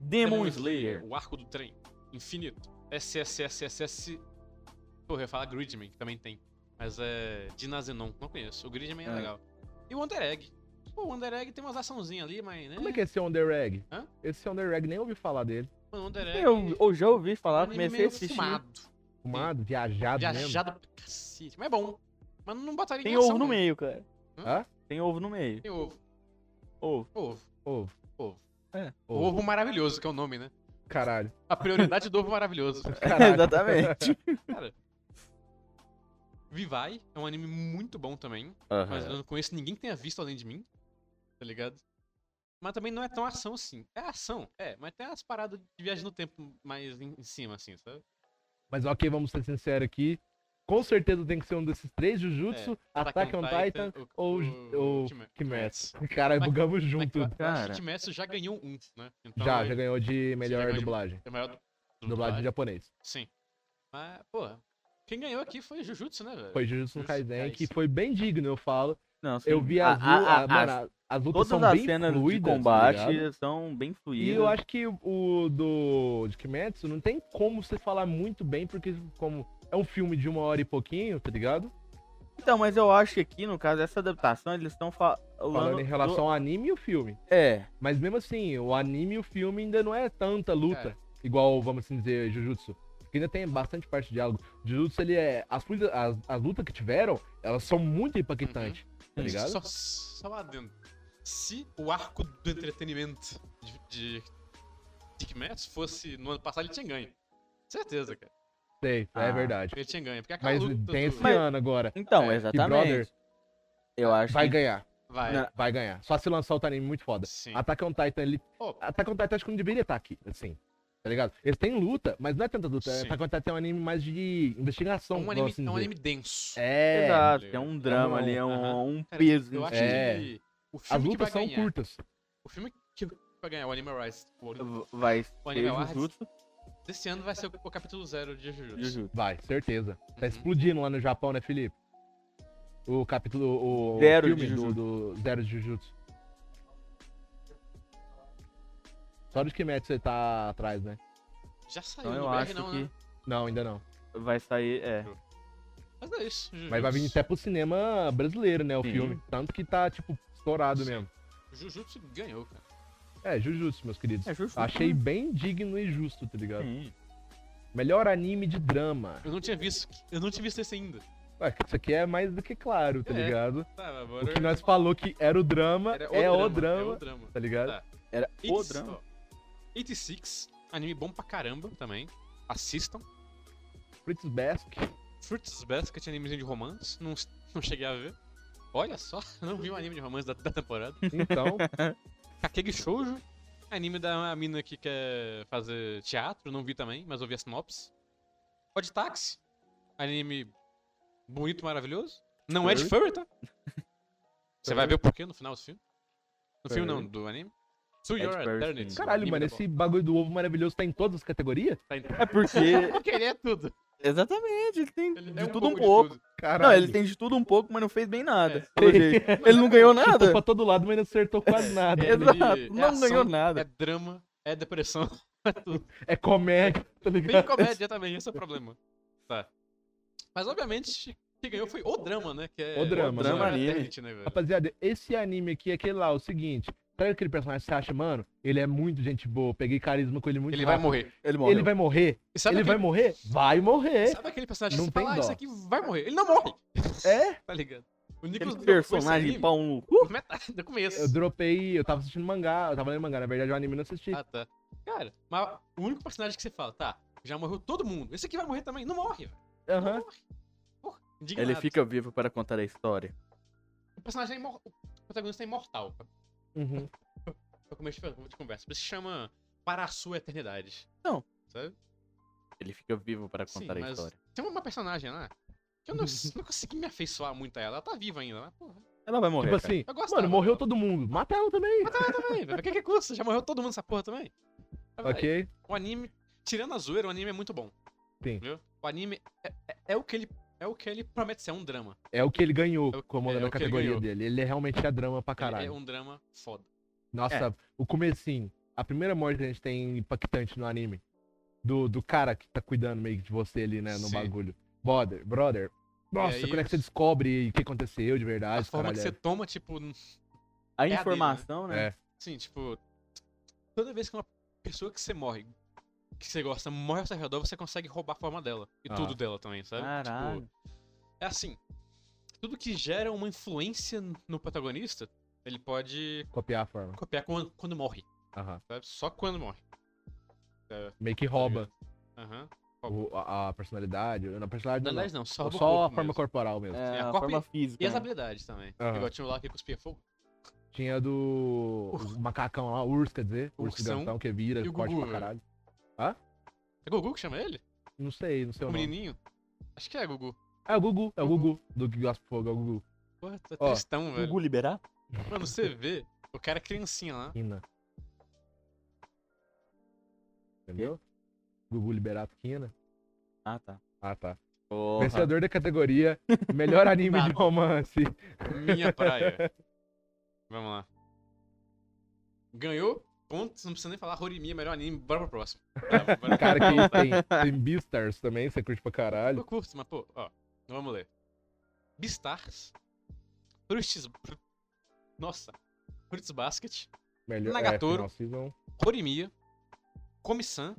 Speaker 2: Demon Slayer.
Speaker 3: O Arco do Trem. Infinito. SSSSS. Porra, eu ia falar Gridman, que também tem. Mas é. Dinazenon, não conheço. O Gridman é,
Speaker 2: É.
Speaker 3: legal. E o Wonder Egg. Pô, o Wonder Egg tem umas açãozinhas ali, mas. Né?
Speaker 1: Como é que é esse Under Egg?
Speaker 3: Hã?
Speaker 1: Esse Under Egg nem ouvi falar dele.
Speaker 3: Mano, o Wonder Egg.
Speaker 2: é? Eu, eu já ouvi
Speaker 3: é um
Speaker 2: falar,
Speaker 3: anime
Speaker 2: comecei a
Speaker 3: meio
Speaker 2: assistir. tá
Speaker 3: fumado.
Speaker 1: Fumado, viajado, mesmo.
Speaker 3: Viajado pra cacete. Mas é bom. Mas não botaria
Speaker 2: Tem
Speaker 3: em
Speaker 2: ovo
Speaker 3: ação,
Speaker 2: no
Speaker 3: não.
Speaker 2: meio, cara.
Speaker 1: Hã?
Speaker 2: Tem ovo no meio.
Speaker 3: Tem ovo.
Speaker 2: Ovo.
Speaker 3: Ovo.
Speaker 1: Ovo.
Speaker 3: Ovo.
Speaker 2: É.
Speaker 3: O ovo maravilhoso, que é o nome, né?
Speaker 1: Caralho.
Speaker 3: A prioridade do ovo maravilhoso.
Speaker 1: Caralho.
Speaker 2: Exatamente.
Speaker 3: Vivai é um anime muito bom também, mas
Speaker 2: É.
Speaker 3: eu não conheço ninguém que tenha visto além de mim, tá ligado? Mas também não é tão ação assim. É ação, é, mas tem umas paradas de viagem no tempo mais em, em cima, assim, sabe?
Speaker 1: Mas ok, vamos ser sinceros aqui. Com certeza tem que ser um desses três Jujutsu,
Speaker 3: É.
Speaker 1: Attack on Titan ou, ou
Speaker 3: Kime-
Speaker 1: Kimetsu. Cara,
Speaker 3: Mas-
Speaker 1: bugamos
Speaker 3: Mas
Speaker 1: junto.
Speaker 3: eu acho É que
Speaker 2: Cara.
Speaker 3: Kimetsu já ganhou um, né? Então,
Speaker 1: Já, já ganhou de
Speaker 3: ganhou
Speaker 1: melhor
Speaker 3: de-
Speaker 1: dublagem.
Speaker 3: É maior do,
Speaker 1: Dublagem de japonês.
Speaker 3: Sim. Mas, porra, quem ganhou aqui foi Jujutsu, né, velho?
Speaker 1: Foi tá Jujutsu no
Speaker 3: Jujutsu
Speaker 1: Kaisen, que
Speaker 3: Kaisen.
Speaker 1: foi bem digno, eu falo.
Speaker 2: Não, sim.
Speaker 1: Eu vi
Speaker 2: A-
Speaker 1: azul,
Speaker 2: a-
Speaker 1: a,
Speaker 2: a-
Speaker 1: mano,
Speaker 2: as-
Speaker 1: a- as lutas
Speaker 2: Todas
Speaker 1: são
Speaker 2: as
Speaker 1: bem
Speaker 2: cenas de
Speaker 1: fluidas, tá ligado?
Speaker 2: combate são bem
Speaker 1: e
Speaker 2: fluídas.
Speaker 1: eu acho que o do de Kimetsu não tem como você falar muito bem, porque como é um filme de uma hora e pouquinho, tá ligado?
Speaker 2: Então, mas eu acho que aqui, no caso, essa adaptação, eles estão falando...
Speaker 1: Falando em relação ao anime e o filme.
Speaker 2: do- É,
Speaker 1: Mas mesmo assim, o anime e o filme ainda não é tanta luta,
Speaker 3: É.
Speaker 1: igual, vamos assim dizer, Jujutsu. Porque ainda tem bastante parte de diálogo. Jujutsu, ele é. As, fluida- as, as lutas que tiveram, elas são muito impactantes, tá
Speaker 3: Gente,
Speaker 1: ligado?
Speaker 3: Uhum. Só, só lá dentro. Se o arco do entretenimento de, de, de Kimetsu fosse no ano passado, ele tinha ganho. Certeza, cara.
Speaker 1: Sei, é
Speaker 2: Ah.
Speaker 1: verdade.
Speaker 3: Ele tinha ganho. Porque é aquela
Speaker 1: Mas
Speaker 3: luta
Speaker 1: tem
Speaker 3: do...
Speaker 1: esse
Speaker 2: Mas-
Speaker 1: ano agora.
Speaker 2: então,
Speaker 3: É, que
Speaker 2: exatamente.
Speaker 1: brother
Speaker 2: eu acho
Speaker 1: Vai
Speaker 2: que
Speaker 1: ganhar.
Speaker 3: Vai.
Speaker 2: Não.
Speaker 1: Vai ganhar. Só se lançar outro anime muito foda.
Speaker 3: Sim.
Speaker 1: Attack on Titan, ele.
Speaker 3: Ó.
Speaker 1: Attack on Titan acho que não deveria estar aqui, assim. Tá ligado? Eles têm luta, mas não é tanta luta.
Speaker 3: Sim.
Speaker 1: Attack on Titan é um anime mais de
Speaker 3: É
Speaker 1: investigação.
Speaker 3: um anime,
Speaker 1: vamos assim
Speaker 3: é um
Speaker 1: dizer.
Speaker 3: anime denso.
Speaker 1: É.
Speaker 2: Exato, é um drama ali, é um,
Speaker 3: Aham.
Speaker 2: um
Speaker 3: Cara,
Speaker 2: peso.
Speaker 3: Eu
Speaker 2: em
Speaker 3: acho
Speaker 2: si.
Speaker 1: É.
Speaker 3: que o
Speaker 1: As
Speaker 3: filme que
Speaker 1: lutas
Speaker 3: vai
Speaker 1: são
Speaker 3: ganhar.
Speaker 1: curtas.
Speaker 3: O filme que vai ganhar, o Anime Rise, o Ouro
Speaker 2: Vai
Speaker 3: O
Speaker 2: ser
Speaker 3: anime é arts-
Speaker 2: Jujutsu
Speaker 3: desse ano vai ser o capítulo zero de Jujutsu.
Speaker 2: Jujutsu.
Speaker 1: Vai, certeza. Tá
Speaker 3: Uhum.
Speaker 1: explodindo lá no Japão, né, Felipe? O capítulo. O
Speaker 2: Zero
Speaker 1: filme
Speaker 2: de
Speaker 1: do, do Zero de Jujutsu. Só de Kimetsu você tá atrás, né?
Speaker 3: Já saiu
Speaker 2: Então
Speaker 3: no
Speaker 2: eu
Speaker 3: BR
Speaker 2: acho
Speaker 3: não, né?
Speaker 2: que
Speaker 1: Não, ainda não.
Speaker 2: vai sair, é.
Speaker 3: Mas é isso, Jujutsu.
Speaker 1: Mas vai vir até pro cinema brasileiro, né? O
Speaker 2: Sim.
Speaker 1: filme. Tanto que tá, tipo, estourado
Speaker 3: Sim.
Speaker 1: mesmo.
Speaker 3: Jujutsu ganhou, cara.
Speaker 1: É, Jujutsu, meus queridos.
Speaker 2: É Jujutsu.
Speaker 1: Achei bem digno e justo, tá ligado?
Speaker 2: Sim.
Speaker 1: Melhor anime de drama.
Speaker 3: Eu não tinha visto, eu não tinha visto esse ainda.
Speaker 1: Ué, isso aqui é mais do que claro, tá
Speaker 3: É.
Speaker 1: ligado?
Speaker 3: Tá, agora...
Speaker 1: O que nós falou que era o drama,
Speaker 3: Era
Speaker 1: é o
Speaker 3: É o
Speaker 1: drama,
Speaker 3: drama.
Speaker 1: tá ligado?
Speaker 3: Tá.
Speaker 2: Era o
Speaker 3: 86,
Speaker 2: drama.
Speaker 3: ó, 86, anime bom pra caramba também. Assistam.
Speaker 1: Fritz Basque.
Speaker 3: Fruits Basket, animezinho de romance. Não, não cheguei a ver. Olha só, não vi o anime de romance da, da temporada.
Speaker 1: Então,
Speaker 3: Kakegi Shoujo, anime da mina que quer fazer teatro. Não vi também, mas ouvi a sinopse. Pod Taxi, anime bonito, maravilhoso. Não é de furry, tá? Você vai ver o porquê no final do filme. No filme não,
Speaker 1: Furry.
Speaker 3: do anime. To
Speaker 2: É de
Speaker 3: Your
Speaker 2: furry,
Speaker 3: Eternity.
Speaker 2: sim.
Speaker 1: caralho,
Speaker 3: anime
Speaker 1: mano,
Speaker 3: da
Speaker 1: esse bagulho do ovo maravilhoso tá em todas as categorias?
Speaker 3: bola. Tá entrando.
Speaker 2: É porque.
Speaker 3: Porque ele é tudo.
Speaker 2: Exatamente, ele tem
Speaker 3: Ele
Speaker 2: de
Speaker 3: é
Speaker 2: tudo um
Speaker 3: de
Speaker 2: pouco.
Speaker 3: tudo.
Speaker 1: Caralho.
Speaker 2: Não, ele tem de tudo um pouco, mas não fez bem nada.
Speaker 3: É.
Speaker 2: pelo jeito. Ele não ganhou
Speaker 1: Chutou
Speaker 2: nada.
Speaker 1: Tipo, pra todo lado, mas não acertou quase nada.
Speaker 3: É.
Speaker 1: né?
Speaker 2: Exato,
Speaker 3: é
Speaker 2: não ganhou
Speaker 3: ação, É
Speaker 2: nada.
Speaker 3: drama, é depressão.
Speaker 1: É comédia, tá
Speaker 3: Tem
Speaker 1: ligado?
Speaker 3: comédia também, esse é o problema. Tá. Mas obviamente, quem ganhou foi o drama, né? Que é
Speaker 1: O drama, Tá
Speaker 2: O drama
Speaker 3: Zero
Speaker 2: anime.
Speaker 3: Eternity, né, velho?
Speaker 1: Rapaziada, esse anime aqui é aquele lá, o seguinte. Sabe aquele personagem que você acha, mano? Ele é muito gente boa, eu peguei carisma com ele muito
Speaker 3: Ele vai
Speaker 1: rápido.
Speaker 3: morrer.
Speaker 2: Ele morreu.
Speaker 1: Ele vai morrer?
Speaker 3: E sabe,
Speaker 1: ele vai
Speaker 3: aquele,
Speaker 1: morrer? Vai morrer.
Speaker 3: sabe aquele personagem
Speaker 1: Não
Speaker 3: que você
Speaker 1: tem
Speaker 3: fala, ah,
Speaker 1: dó.
Speaker 3: esse aqui vai morrer. Ele não morre,
Speaker 1: É?
Speaker 3: tá ligado? O Nicolas
Speaker 2: Aquele
Speaker 3: Cage foi esse
Speaker 2: personagem de
Speaker 3: anime
Speaker 2: pau no cu.
Speaker 3: por metade do começo.
Speaker 1: Eu dropei, eu tava assistindo mangá, eu tava lendo mangá, na verdade o anime eu não assisti.
Speaker 3: Ah, tá. Cara, mas o único personagem que você fala, tá, já morreu todo mundo. Esse aqui vai morrer também. Não morre, velho.
Speaker 1: Aham.
Speaker 3: Não morre. Porra, indignado.
Speaker 2: Ele fica vivo para contar a história.
Speaker 3: O personagem é imor... O protagonista é imortal.
Speaker 1: Uhum.
Speaker 3: Pra começo de de conversa. Isso se chama Para a Sua Eternidade.
Speaker 2: Não.
Speaker 3: Sabe?
Speaker 2: Ele fica vivo para
Speaker 3: Sim,
Speaker 2: contar a
Speaker 3: mas-
Speaker 2: história.
Speaker 3: Tem uma personagem lá que eu não, não consegui me afeiçoar muito a ela. Ela tá viva ainda, mas porra.
Speaker 2: Ela vai morrer.
Speaker 1: Tipo
Speaker 2: cara.
Speaker 1: assim,
Speaker 3: Eu gostava
Speaker 1: mano, morreu
Speaker 3: dela.
Speaker 1: todo mundo. Mata ela também.
Speaker 3: Mas ela também, velho. Pra que que custa? Já morreu todo mundo essa porra também? Mas, velho,
Speaker 1: Ok?
Speaker 3: O anime, tirando a zoeira, o anime é muito bom.
Speaker 1: Sim.
Speaker 3: Viu? O anime é, é- é o que ele. É o que ele promete ser, é um drama.
Speaker 1: É o que ele ganhou
Speaker 3: É o-
Speaker 1: como
Speaker 3: é
Speaker 1: na
Speaker 3: o que ele
Speaker 1: categoria
Speaker 3: ganhou.
Speaker 1: dele. Ele é realmente é drama pra
Speaker 3: Ele
Speaker 1: caralho.
Speaker 3: É um drama foda.
Speaker 1: Nossa, o comecinho. A primeira morte que a gente tem impactante no anime. Do, do cara que tá cuidando meio que de você ali, né? No
Speaker 3: Sim.
Speaker 1: bagulho. Brother, brother. Nossa,
Speaker 3: aí
Speaker 1: como é que
Speaker 3: os-
Speaker 1: você descobre o que aconteceu de
Speaker 3: a
Speaker 1: verdade?
Speaker 3: forma que você
Speaker 1: caralho?
Speaker 3: toma, tipo.
Speaker 2: A
Speaker 3: é a
Speaker 2: informação, né?
Speaker 1: É.
Speaker 3: Sim, tipo. Toda vez que uma pessoa que você morre, que você gosta, morre ao seu redor, você consegue roubar a forma dela. E
Speaker 1: Ah.
Speaker 3: tudo dela também, sabe? Tipo,
Speaker 2: Caralho.
Speaker 3: é assim. Tudo que gera uma influência no protagonista, ele pode
Speaker 1: Copiar a forma.
Speaker 3: copiar quando, quando morre.
Speaker 1: Aham.
Speaker 3: Sabe? Só quando morre.
Speaker 1: Meio que rouba
Speaker 3: Aham.
Speaker 1: o- a, a personalidade. Na
Speaker 3: Na
Speaker 1: personalidade não.
Speaker 3: verdade, não, só, rouba o
Speaker 1: Só a
Speaker 3: corpo
Speaker 1: forma é.
Speaker 3: mesmo.
Speaker 1: corporal mesmo.
Speaker 2: É,
Speaker 3: Sim, a
Speaker 2: a
Speaker 3: cópia-
Speaker 2: forma física.
Speaker 3: E as
Speaker 2: né?
Speaker 3: habilidades também.
Speaker 1: Aham.
Speaker 3: Igual tinha o lá que cuspia fogo.
Speaker 1: Tinha do. O macacão lá, o urso, quer dizer. O urso
Speaker 3: Ursão.
Speaker 1: gantão que vira,
Speaker 3: E o
Speaker 1: forte
Speaker 3: Gugu,
Speaker 1: pra
Speaker 3: velho.
Speaker 1: caralho.
Speaker 3: É Gugu que chama ele?
Speaker 1: Não sei, não sei
Speaker 3: O
Speaker 1: o nome.
Speaker 3: menininho? Acho que é Gugu.
Speaker 1: É o Gugu, é o
Speaker 3: Uhum.
Speaker 1: Gugu. Do que gosta de fogo, é o Gugu.
Speaker 3: Porra, tá
Speaker 1: Ó,
Speaker 3: tristão, velho.
Speaker 2: Gugu liberar?
Speaker 3: Mano, você vê, o cara é criancinha lá.
Speaker 1: Quina. Entendeu? Gugu Liberato Quina.
Speaker 2: Ah, tá.
Speaker 1: Ah, tá.
Speaker 2: Porra.
Speaker 1: Vencedor da categoria Melhor Anime de
Speaker 3: Nada.
Speaker 1: Romance.
Speaker 3: Minha praia. Vamos lá. Ganhou, pontos, não precisa nem falar Horimiya, melhor anime, bora pro próximo. Bora, bora.
Speaker 1: Cara que tem, tem Beastars também, você curte pra
Speaker 3: Eu
Speaker 1: caralho.
Speaker 3: curto, mas pô, ó, vamos ler. Beastars, Fruits... Fru- Nossa, Fruits Basket,
Speaker 1: Melhor
Speaker 3: Nagatoro.
Speaker 1: É, final season.
Speaker 3: Horimiya, Komi-san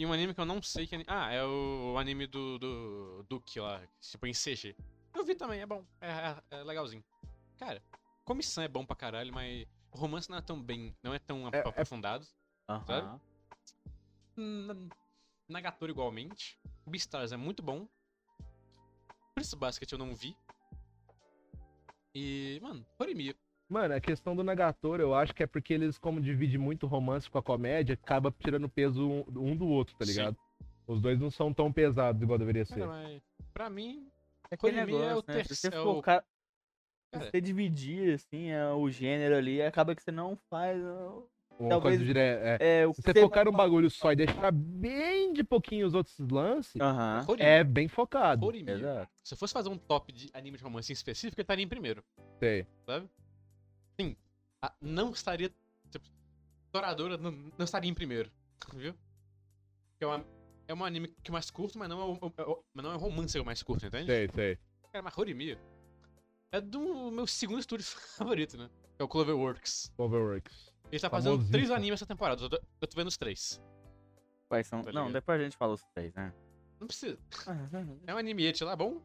Speaker 3: e um anime que eu não sei que anime... Ah, é o, o anime do, do Duke lá, tipo em CG. Eu vi também, é bom, é, é- é legalzinho. Cara, Komi-san é bom pra caralho, mas o romance não é tão bem, não é tão
Speaker 1: É- é-
Speaker 3: aprofundado.
Speaker 2: Aham.
Speaker 3: N- Hum, Nagatoro igualmente. Beastars é muito bom. Prince Basket eu não vi. E, mano, Horimiya.
Speaker 1: Mano, a questão do Nagatoro, eu acho que é porque eles, como dividem muito o romance com a comédia, acaba tirando peso um, um do outro, tá
Speaker 3: Sim.
Speaker 1: ligado? Os dois não são tão pesados igual deveria ser.
Speaker 3: Cara, mas pra mim,
Speaker 2: É aquele
Speaker 3: Horimiya é o
Speaker 2: negócio, né? Se você
Speaker 3: terceiro-
Speaker 2: focar.
Speaker 3: Cara.
Speaker 2: Se você dividir, assim, é, o gênero ali, acaba que você não faz. ó,
Speaker 1: Uma
Speaker 2: Talvez-
Speaker 1: coisa dire... é,
Speaker 2: É, o
Speaker 1: Se
Speaker 2: que
Speaker 1: você focar um bagulho só e deixar bem de pouquinho os outros lances,
Speaker 2: Aham.
Speaker 3: Horimiya.
Speaker 1: é bem focado.
Speaker 3: Horimiya.
Speaker 2: Exato.
Speaker 3: Se eu fosse fazer um top de anime de romance em específico, eu estaria em primeiro.
Speaker 1: Sei.
Speaker 3: Ah, não estaria. tipo, Toradora não, não estaria em primeiro, viu? É, uma, é um anime que é mais curto, mas não é, o- o- o- mas não é romance o mais curto, entende?
Speaker 1: Sei, sei.
Speaker 3: Cara, mas Horimiya é do meu segundo estúdio favorito, né? Que é o Cloverworks.
Speaker 1: Overworks.
Speaker 3: Ele tá fazendo três
Speaker 1: Famosíssimo.
Speaker 3: animes essa temporada, eu tô, eu tô vendo os três.
Speaker 2: Quais são.
Speaker 3: Tá
Speaker 2: não,
Speaker 3: ligado?
Speaker 2: depois a gente fala os três, né?
Speaker 3: Não precisa. É um anime ete lá, bom.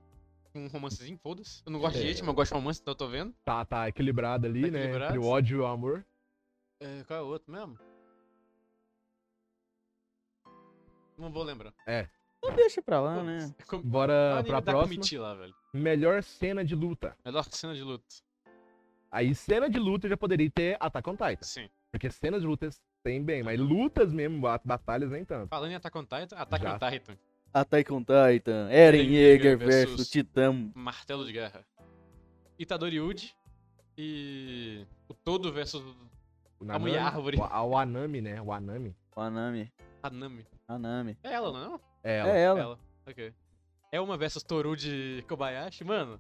Speaker 3: Um romancezinho, foda-se. Eu não gosto de
Speaker 1: É.
Speaker 3: ete, mas eu gosto de romance, então eu tô vendo.
Speaker 1: Tá, tá equilibrado ali,
Speaker 3: Tá
Speaker 1: né?
Speaker 3: equilibrado.
Speaker 1: Entre o ódio e o amor.
Speaker 3: É, qual é o outro mesmo? Não vou lembrar.
Speaker 2: Não deixa pra lá, né?
Speaker 3: É como- é o
Speaker 1: Bora
Speaker 3: anime
Speaker 1: Ah, pra
Speaker 3: da
Speaker 1: próxima.
Speaker 3: Kumiti lá, velho.
Speaker 1: Melhor cena de luta.
Speaker 3: Melhor cena de luta.
Speaker 1: Aí cena de luta já poderia ter Attack on Titan.
Speaker 3: Sim.
Speaker 1: Porque cenas de lutas tem bem, mas lutas mesmo, ba- batalhas nem tanto.
Speaker 3: Falando em Attack on Titan, Attack on
Speaker 1: Já.
Speaker 3: Titan.
Speaker 2: Attack on Titan, Eren
Speaker 3: Eren Yeager
Speaker 2: Yeager
Speaker 3: versus-
Speaker 2: versus Titã.
Speaker 3: Martelo de guerra. Itadori Uji e o Todo versus
Speaker 1: O
Speaker 3: A mulher Tá árvore.
Speaker 1: O, a- o Anami, né? O Anami.
Speaker 2: Anami.
Speaker 3: Hanami.
Speaker 2: Anami.
Speaker 3: É ela, não é?
Speaker 1: É, ela.
Speaker 2: É ela.
Speaker 3: Ela. Ok. É uma versus Toru de Kobayashi, mano.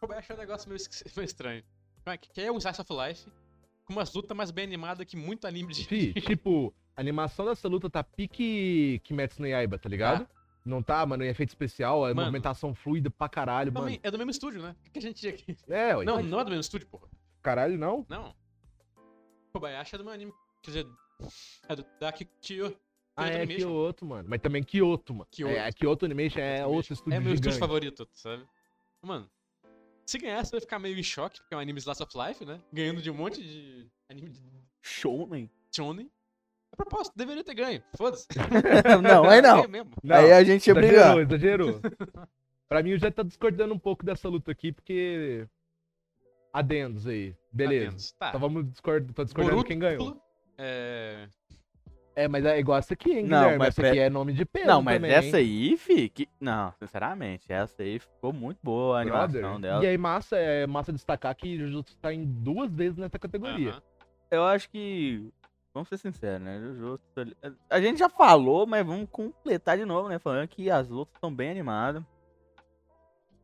Speaker 3: Kobayashi é um negócio meio, esqui- meio estranho. Como é que que é um Slice of Life com umas lutas mais bem animadas que muito anime de.
Speaker 1: Fi, tipo, a animação dessa luta tá pique Kimetsu no Yaiba, tá ligado? Não tá, mano, em efeito especial, é
Speaker 3: Mano.
Speaker 1: movimentação fluida pra caralho, mano.
Speaker 3: Também, é do mesmo estúdio, né? O que que a gente tinha aqui?
Speaker 1: É, ué.
Speaker 3: Não, não é do mesmo estúdio, porra.
Speaker 1: Caralho, não?
Speaker 3: Não. Kobayashi é do meu anime. Quer dizer, é do, da Kikyo.
Speaker 1: Ah, é
Speaker 3: Animation.
Speaker 1: Kyoto, mano. Mas também Kyoto, mano.
Speaker 3: Kyoto.
Speaker 1: É, a Kyoto Animation é
Speaker 3: Kyoto
Speaker 1: outro
Speaker 3: É
Speaker 1: estúdio
Speaker 3: meu estúdio
Speaker 1: gigante.
Speaker 3: favorito, sabe? Mano, se ganhar, você vai ficar meio em choque, porque é um anime Slice of Life, né? Ganhando de um monte de anime de
Speaker 2: Shonen?
Speaker 3: Shonen. A propósito, É deveria ter ganho. Foda-se.
Speaker 2: não, aí não.
Speaker 3: Ganhei mesmo.
Speaker 1: Não, Tá
Speaker 2: Aí a gente ia brigar.
Speaker 1: exagerou, exagerou. pra mim, eu já tá discordando um pouco dessa luta aqui, porque... Adendos aí. Beleza.
Speaker 3: Atentos. Tá.
Speaker 1: Então vamos discord... Tô discordando
Speaker 3: Boruto,
Speaker 1: quem ganhou.
Speaker 3: É.
Speaker 1: É, mas é igual essa aqui, hein,
Speaker 2: Não,
Speaker 1: Guilherme?
Speaker 2: mas
Speaker 1: Essa
Speaker 2: pre-
Speaker 1: aqui é nome de peso
Speaker 2: Não, mas
Speaker 1: também, hein?
Speaker 2: essa aí, fi, que... Não, sinceramente, essa aí ficou muito boa a
Speaker 1: Brother.
Speaker 2: animação dela.
Speaker 1: E aí, massa, é massa destacar que Jujutsu tá em duas vezes nessa categoria.
Speaker 3: aham.
Speaker 2: Eu acho que. Vamos ser sinceros, né? Jujutsu ali- A gente já falou, mas vamos completar de novo, né? Falando que as lutas estão bem animadas.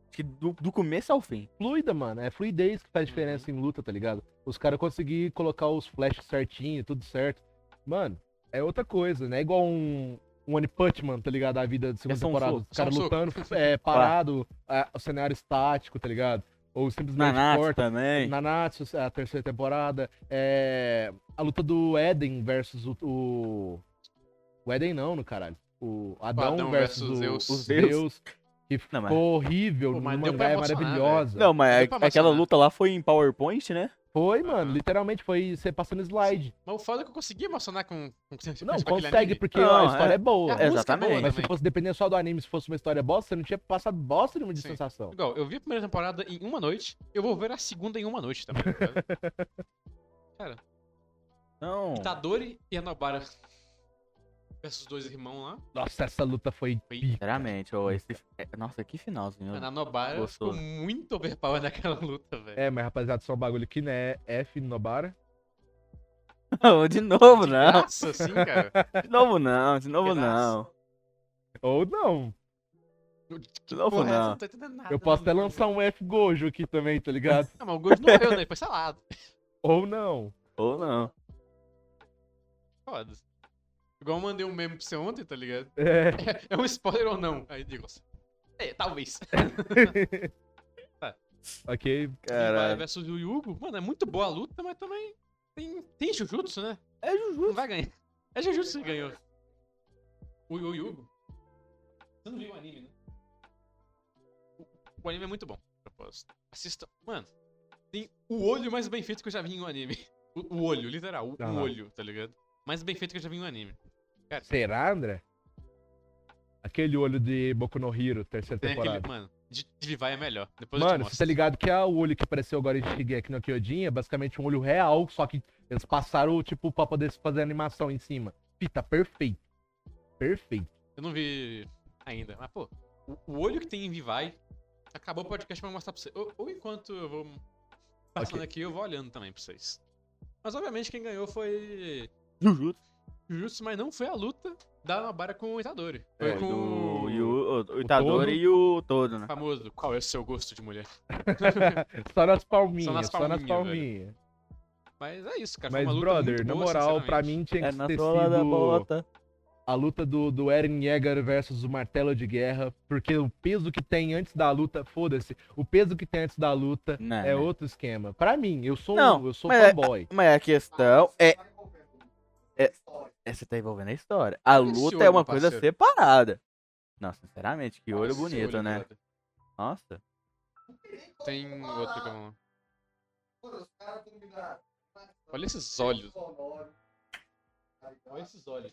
Speaker 2: Acho que do, do começo ao fim.
Speaker 1: Fluida, mano. É fluidez que faz diferença em luta, tá ligado? Os caras conseguir colocar os flashes certinho, tudo certo. Mano, é outra coisa, né? É igual um, um One Punch Man, tá ligado? A vida de segunda
Speaker 2: só um
Speaker 1: temporada.
Speaker 2: soco,
Speaker 1: Os
Speaker 3: só
Speaker 1: caras
Speaker 3: um soco.
Speaker 1: lutando, é, parado, a- o cenário estático, tá ligado? Ou simplesmente
Speaker 2: Nanatsu
Speaker 1: corta.
Speaker 2: também.
Speaker 1: Nanatsu, a terceira temporada. É... A luta do Eden versus o. O, o Eden não, no caralho. O Adão,
Speaker 3: Adão
Speaker 1: versus, o...
Speaker 3: versus Zeus.
Speaker 1: os Zeus. Que ficou
Speaker 2: Não, mas-
Speaker 1: horrível,
Speaker 3: Pô,
Speaker 1: no
Speaker 3: mas deu
Speaker 1: mangá
Speaker 3: pra
Speaker 1: é
Speaker 3: emocionar,
Speaker 1: maravilhosa.
Speaker 2: Não, mas
Speaker 3: Deu pra
Speaker 2: a- aquela
Speaker 3: emocionar.
Speaker 2: luta lá foi em PowerPoint, né?
Speaker 1: Foi, mano,
Speaker 3: Aham.
Speaker 1: literalmente, foi você passando slide.
Speaker 3: Mas o foda é que eu consegui emocionar com. com com
Speaker 1: Não,
Speaker 3: aquele
Speaker 1: consegue,
Speaker 3: anime.
Speaker 1: porque
Speaker 2: Não,
Speaker 1: a história é, boa.
Speaker 3: É, a música
Speaker 2: Exatamente.
Speaker 3: boa
Speaker 1: Mas se
Speaker 3: também.
Speaker 1: fosse depender só do anime, se fosse uma história bosta, você não tinha passado bosta nenhuma de
Speaker 3: Sim.
Speaker 1: sensação.
Speaker 3: Igual, eu vi a primeira temporada em uma noite, eu vou ver a segunda em uma noite também. tá sabe?
Speaker 2: Não.
Speaker 3: Tá. Itadori e Hanabara versus dois irmãos lá.
Speaker 1: Nossa, essa luta foi
Speaker 3: Foi
Speaker 1: pica.
Speaker 2: Sinceramente, ô, esse. é, Nossa, que finalzinho.
Speaker 3: Mano, a Nobara ficou
Speaker 2: Gostoso.
Speaker 3: muito overpower naquela luta, velho.
Speaker 1: É, mas rapaziada, só um bagulho aqui, né? F Nobara.
Speaker 2: Não, de novo não.
Speaker 3: Nossa, assim, cara.
Speaker 2: De novo não, de novo
Speaker 3: Que
Speaker 2: não.
Speaker 1: Ou não.
Speaker 2: De novo
Speaker 3: Porra, essa eu
Speaker 2: não.
Speaker 3: não tô entendendo nada,
Speaker 1: Eu posso até
Speaker 3: não.
Speaker 1: lançar um F Gojo aqui também, tá ligado?
Speaker 3: Não, mas o Gold não morreu, né? Foi salado.
Speaker 1: Ou não.
Speaker 2: Ou não.
Speaker 3: Foda-se. Igual eu mandei um meme pra você ontem, tá ligado?
Speaker 1: É.
Speaker 3: É um spoiler ou não? Aí digo assim. É, talvez.
Speaker 1: ok.
Speaker 3: Jiraiya
Speaker 2: Caralho.
Speaker 3: versus o Yugo. Mano, é muito boa a luta, mas também tem, tem Jujutsu, né?
Speaker 2: É
Speaker 3: Não
Speaker 2: Jujutsu.
Speaker 3: vai ganhar. É Jujutsu que ganhou. O Yu Yugo. Você não viu o anime, né? O- O anime é muito bom, a propósito. Assista. Mano, tem o olho mais bem feito que eu já vi em um anime. O, o olho, literal. O, o
Speaker 1: Ah, não.
Speaker 3: olho, tá ligado? Mais bem feito que eu já vi em um anime.
Speaker 1: Será, André? Aquele olho de Boku no Hero, terceira
Speaker 3: Tem aquele.
Speaker 1: temporada.
Speaker 3: Mano, de, de Levi é melhor. Depois eu te
Speaker 1: Mano, você
Speaker 3: mostro.
Speaker 1: tá ligado que a- o olho que apareceu agora em Shigeki no Kyojin é basicamente um olho real, só que eles passaram, tipo, pra poder fazer animação em cima. Fita, perfeito. Perfeito.
Speaker 3: Eu não vi ainda. Mas, pô, o- o olho que tem em Vivai. Acabou o podcast pra eu mostrar pra vocês. Ou, ou enquanto eu vou passando aqui, eu vou olhando também pra vocês. Mas obviamente quem ganhou foi
Speaker 2: Jujutsu.
Speaker 3: Jujutsu, mas não foi a luta da Nobara com o Itadori. Foi
Speaker 2: É,
Speaker 3: com
Speaker 2: do, e
Speaker 3: o
Speaker 2: o, o, o
Speaker 1: Todo.
Speaker 2: Itadori e o Todo, né?
Speaker 3: famoso Qual é o seu gosto de mulher?
Speaker 1: só nas palminhas,
Speaker 3: Só nas
Speaker 1: só nas
Speaker 3: palminhas,
Speaker 1: palminhas.
Speaker 3: Mas é isso, cara. foi
Speaker 1: Mas,
Speaker 3: uma luta
Speaker 1: brother,
Speaker 3: muito
Speaker 1: na
Speaker 3: boa,
Speaker 1: moral, pra
Speaker 3: sinceramente.
Speaker 1: mim tinha
Speaker 2: É
Speaker 1: que
Speaker 2: na
Speaker 1: ter
Speaker 2: sola da
Speaker 1: sido
Speaker 2: bota.
Speaker 1: a luta do, do Eren Yeager versus o Martelo de Guerra, porque o peso que tem antes da luta, foda-se, o peso que tem antes da luta
Speaker 2: Não,
Speaker 1: é
Speaker 2: né?
Speaker 1: outro esquema. Pra mim, eu sou,
Speaker 2: Não,
Speaker 1: eu sou
Speaker 2: mas é-
Speaker 1: fanboy.
Speaker 2: Mas a questão é, é-
Speaker 4: História.
Speaker 2: é você tá envolvendo a história. A
Speaker 3: Esse
Speaker 2: luta é
Speaker 3: olho,
Speaker 2: uma coisa
Speaker 3: parceiro.
Speaker 2: separada. Não, sinceramente, que olho
Speaker 3: Esse
Speaker 2: bonito,
Speaker 3: olho
Speaker 2: né?
Speaker 3: foda.
Speaker 2: Nossa.
Speaker 3: Tem outro que eu não-
Speaker 4: Os caras combinaram.
Speaker 3: Olha esses olhos.
Speaker 4: Sonoro.
Speaker 3: Olha esses olhos.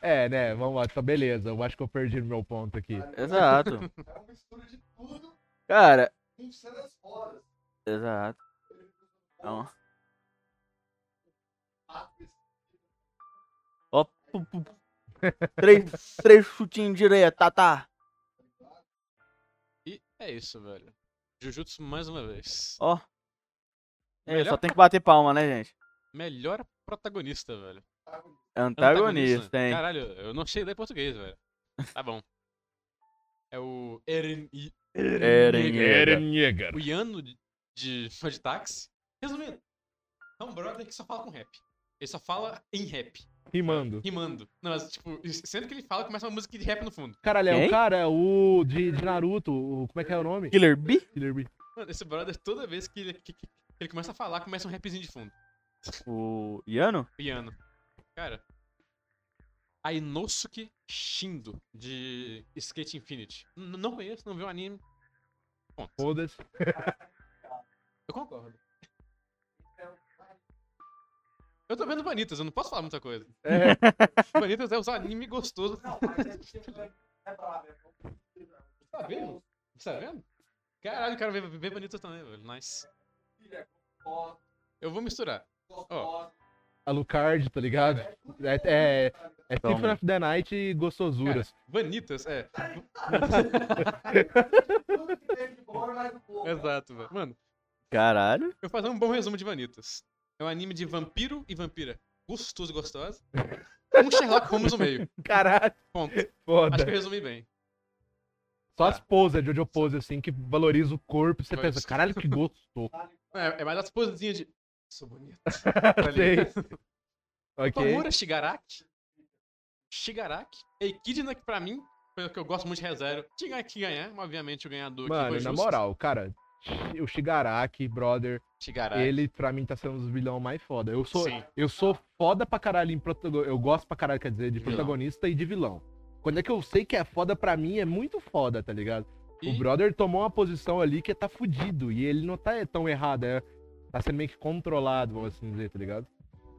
Speaker 1: É, né? Vamos lá, tá beleza. Eu acho que eu perdi meu ponto aqui.
Speaker 2: Exato.
Speaker 4: É uma mistura de tudo
Speaker 2: Cara,
Speaker 4: com cenas fodas.
Speaker 2: exato. Então,
Speaker 4: Rápidas.
Speaker 2: ó, pu- pu- pu- três, três chutinhos direto, tá, tá.
Speaker 3: E é isso, velho. Jujutsu mais uma vez.
Speaker 2: Ó. É,
Speaker 3: Melhor
Speaker 2: só tem que bater palma, né, gente?
Speaker 3: Melhor protagonista, velho.
Speaker 2: Antagonista, hein?
Speaker 3: Caralho, eu não sei ler português, velho. Tá bom. É o Eren I-
Speaker 2: Eren Yeager.
Speaker 1: Yeager.
Speaker 3: o Yano de, de Fã de Táxi. Resumindo, é um brother que só fala com rap. Ele só fala em rap,
Speaker 1: Rimando.
Speaker 3: rimando. Não, mas, tipo, sempre que ele fala, começa uma música de rap no fundo.
Speaker 1: Caralho, é
Speaker 2: Quem?
Speaker 1: o cara, o de, de Naruto, o, como é que é o nome?
Speaker 2: Killer B?
Speaker 1: Killer Bee.
Speaker 3: Mano, esse brother, toda vez que ele, que- que- que ele começa a falar, começa um rapzinho de fundo.
Speaker 2: O Yano?
Speaker 3: O Yano. Cara. Ainosuke Shindo, de Skate Infinity. N- não conheço, não vi o anime. Ponto.
Speaker 1: Foda-se.
Speaker 3: Eu concordo. Eu tô vendo Vanitas, eu não posso falar muita coisa.
Speaker 1: É,
Speaker 3: Vanitas é os anime gostoso.
Speaker 4: Não, mas é tipo, é brabo, é bom.
Speaker 3: Tá vendo? Tá vendo? Caralho, eu quero ver, ver Vanitas também, velho. Nice.
Speaker 4: Filha, gostosa,
Speaker 3: Eu vou misturar.
Speaker 4: gostosa.
Speaker 1: Alucard, tá ligado? É, é, é
Speaker 2: Toma.
Speaker 1: Symphony of the Night e gostosuras.
Speaker 3: Vanitas, é.
Speaker 4: Tudo que tem de bom é mais um pouco.
Speaker 3: Exato, velho. Mano,
Speaker 2: Caralho.
Speaker 3: eu vou fazer um bom resumo de Vanitas. É um anime de vampiro e vampira. Gostoso e gostosa. Um Sherlock Holmes no meio.
Speaker 1: Caralho,
Speaker 3: Ponto. Acho que
Speaker 1: foda.
Speaker 3: eu resumi bem.
Speaker 1: Só as poses de Jojo Pose, assim, que valoriza o corpo. Você
Speaker 3: Foi
Speaker 1: pensa,
Speaker 3: Tá. isso.
Speaker 1: caralho, que gostoso.
Speaker 3: É, é mais as posezinhas de. Sou bonito. Tá
Speaker 1: Sei. ok.
Speaker 3: Tomura Shigaraki. Shigaraki. Eikidna, né, que pra mim, foi o que eu gosto muito de reserva. Tinha que ganhar, mas, obviamente o ganhador aqui
Speaker 1: Mano,
Speaker 3: foi
Speaker 1: na
Speaker 3: justo.
Speaker 1: moral, cara, o Shigaraki, brother,
Speaker 3: Shigaraki.
Speaker 1: Ele, pra mim, tá sendo os vilão mais foda. Eu sou,
Speaker 3: É. Sim.
Speaker 1: eu sou foda pra caralho em protagonista. Eu gosto pra caralho, quer dizer, de
Speaker 3: Vilão.
Speaker 1: protagonista e de vilão. Quando é que eu sei que é foda pra mim, é muito foda, tá ligado? O
Speaker 3: E-
Speaker 1: brother tomou uma posição ali que tá fudido. E ele não tá tão errado. É, tá sendo meio que controlado, vamos assim dizer, tá ligado?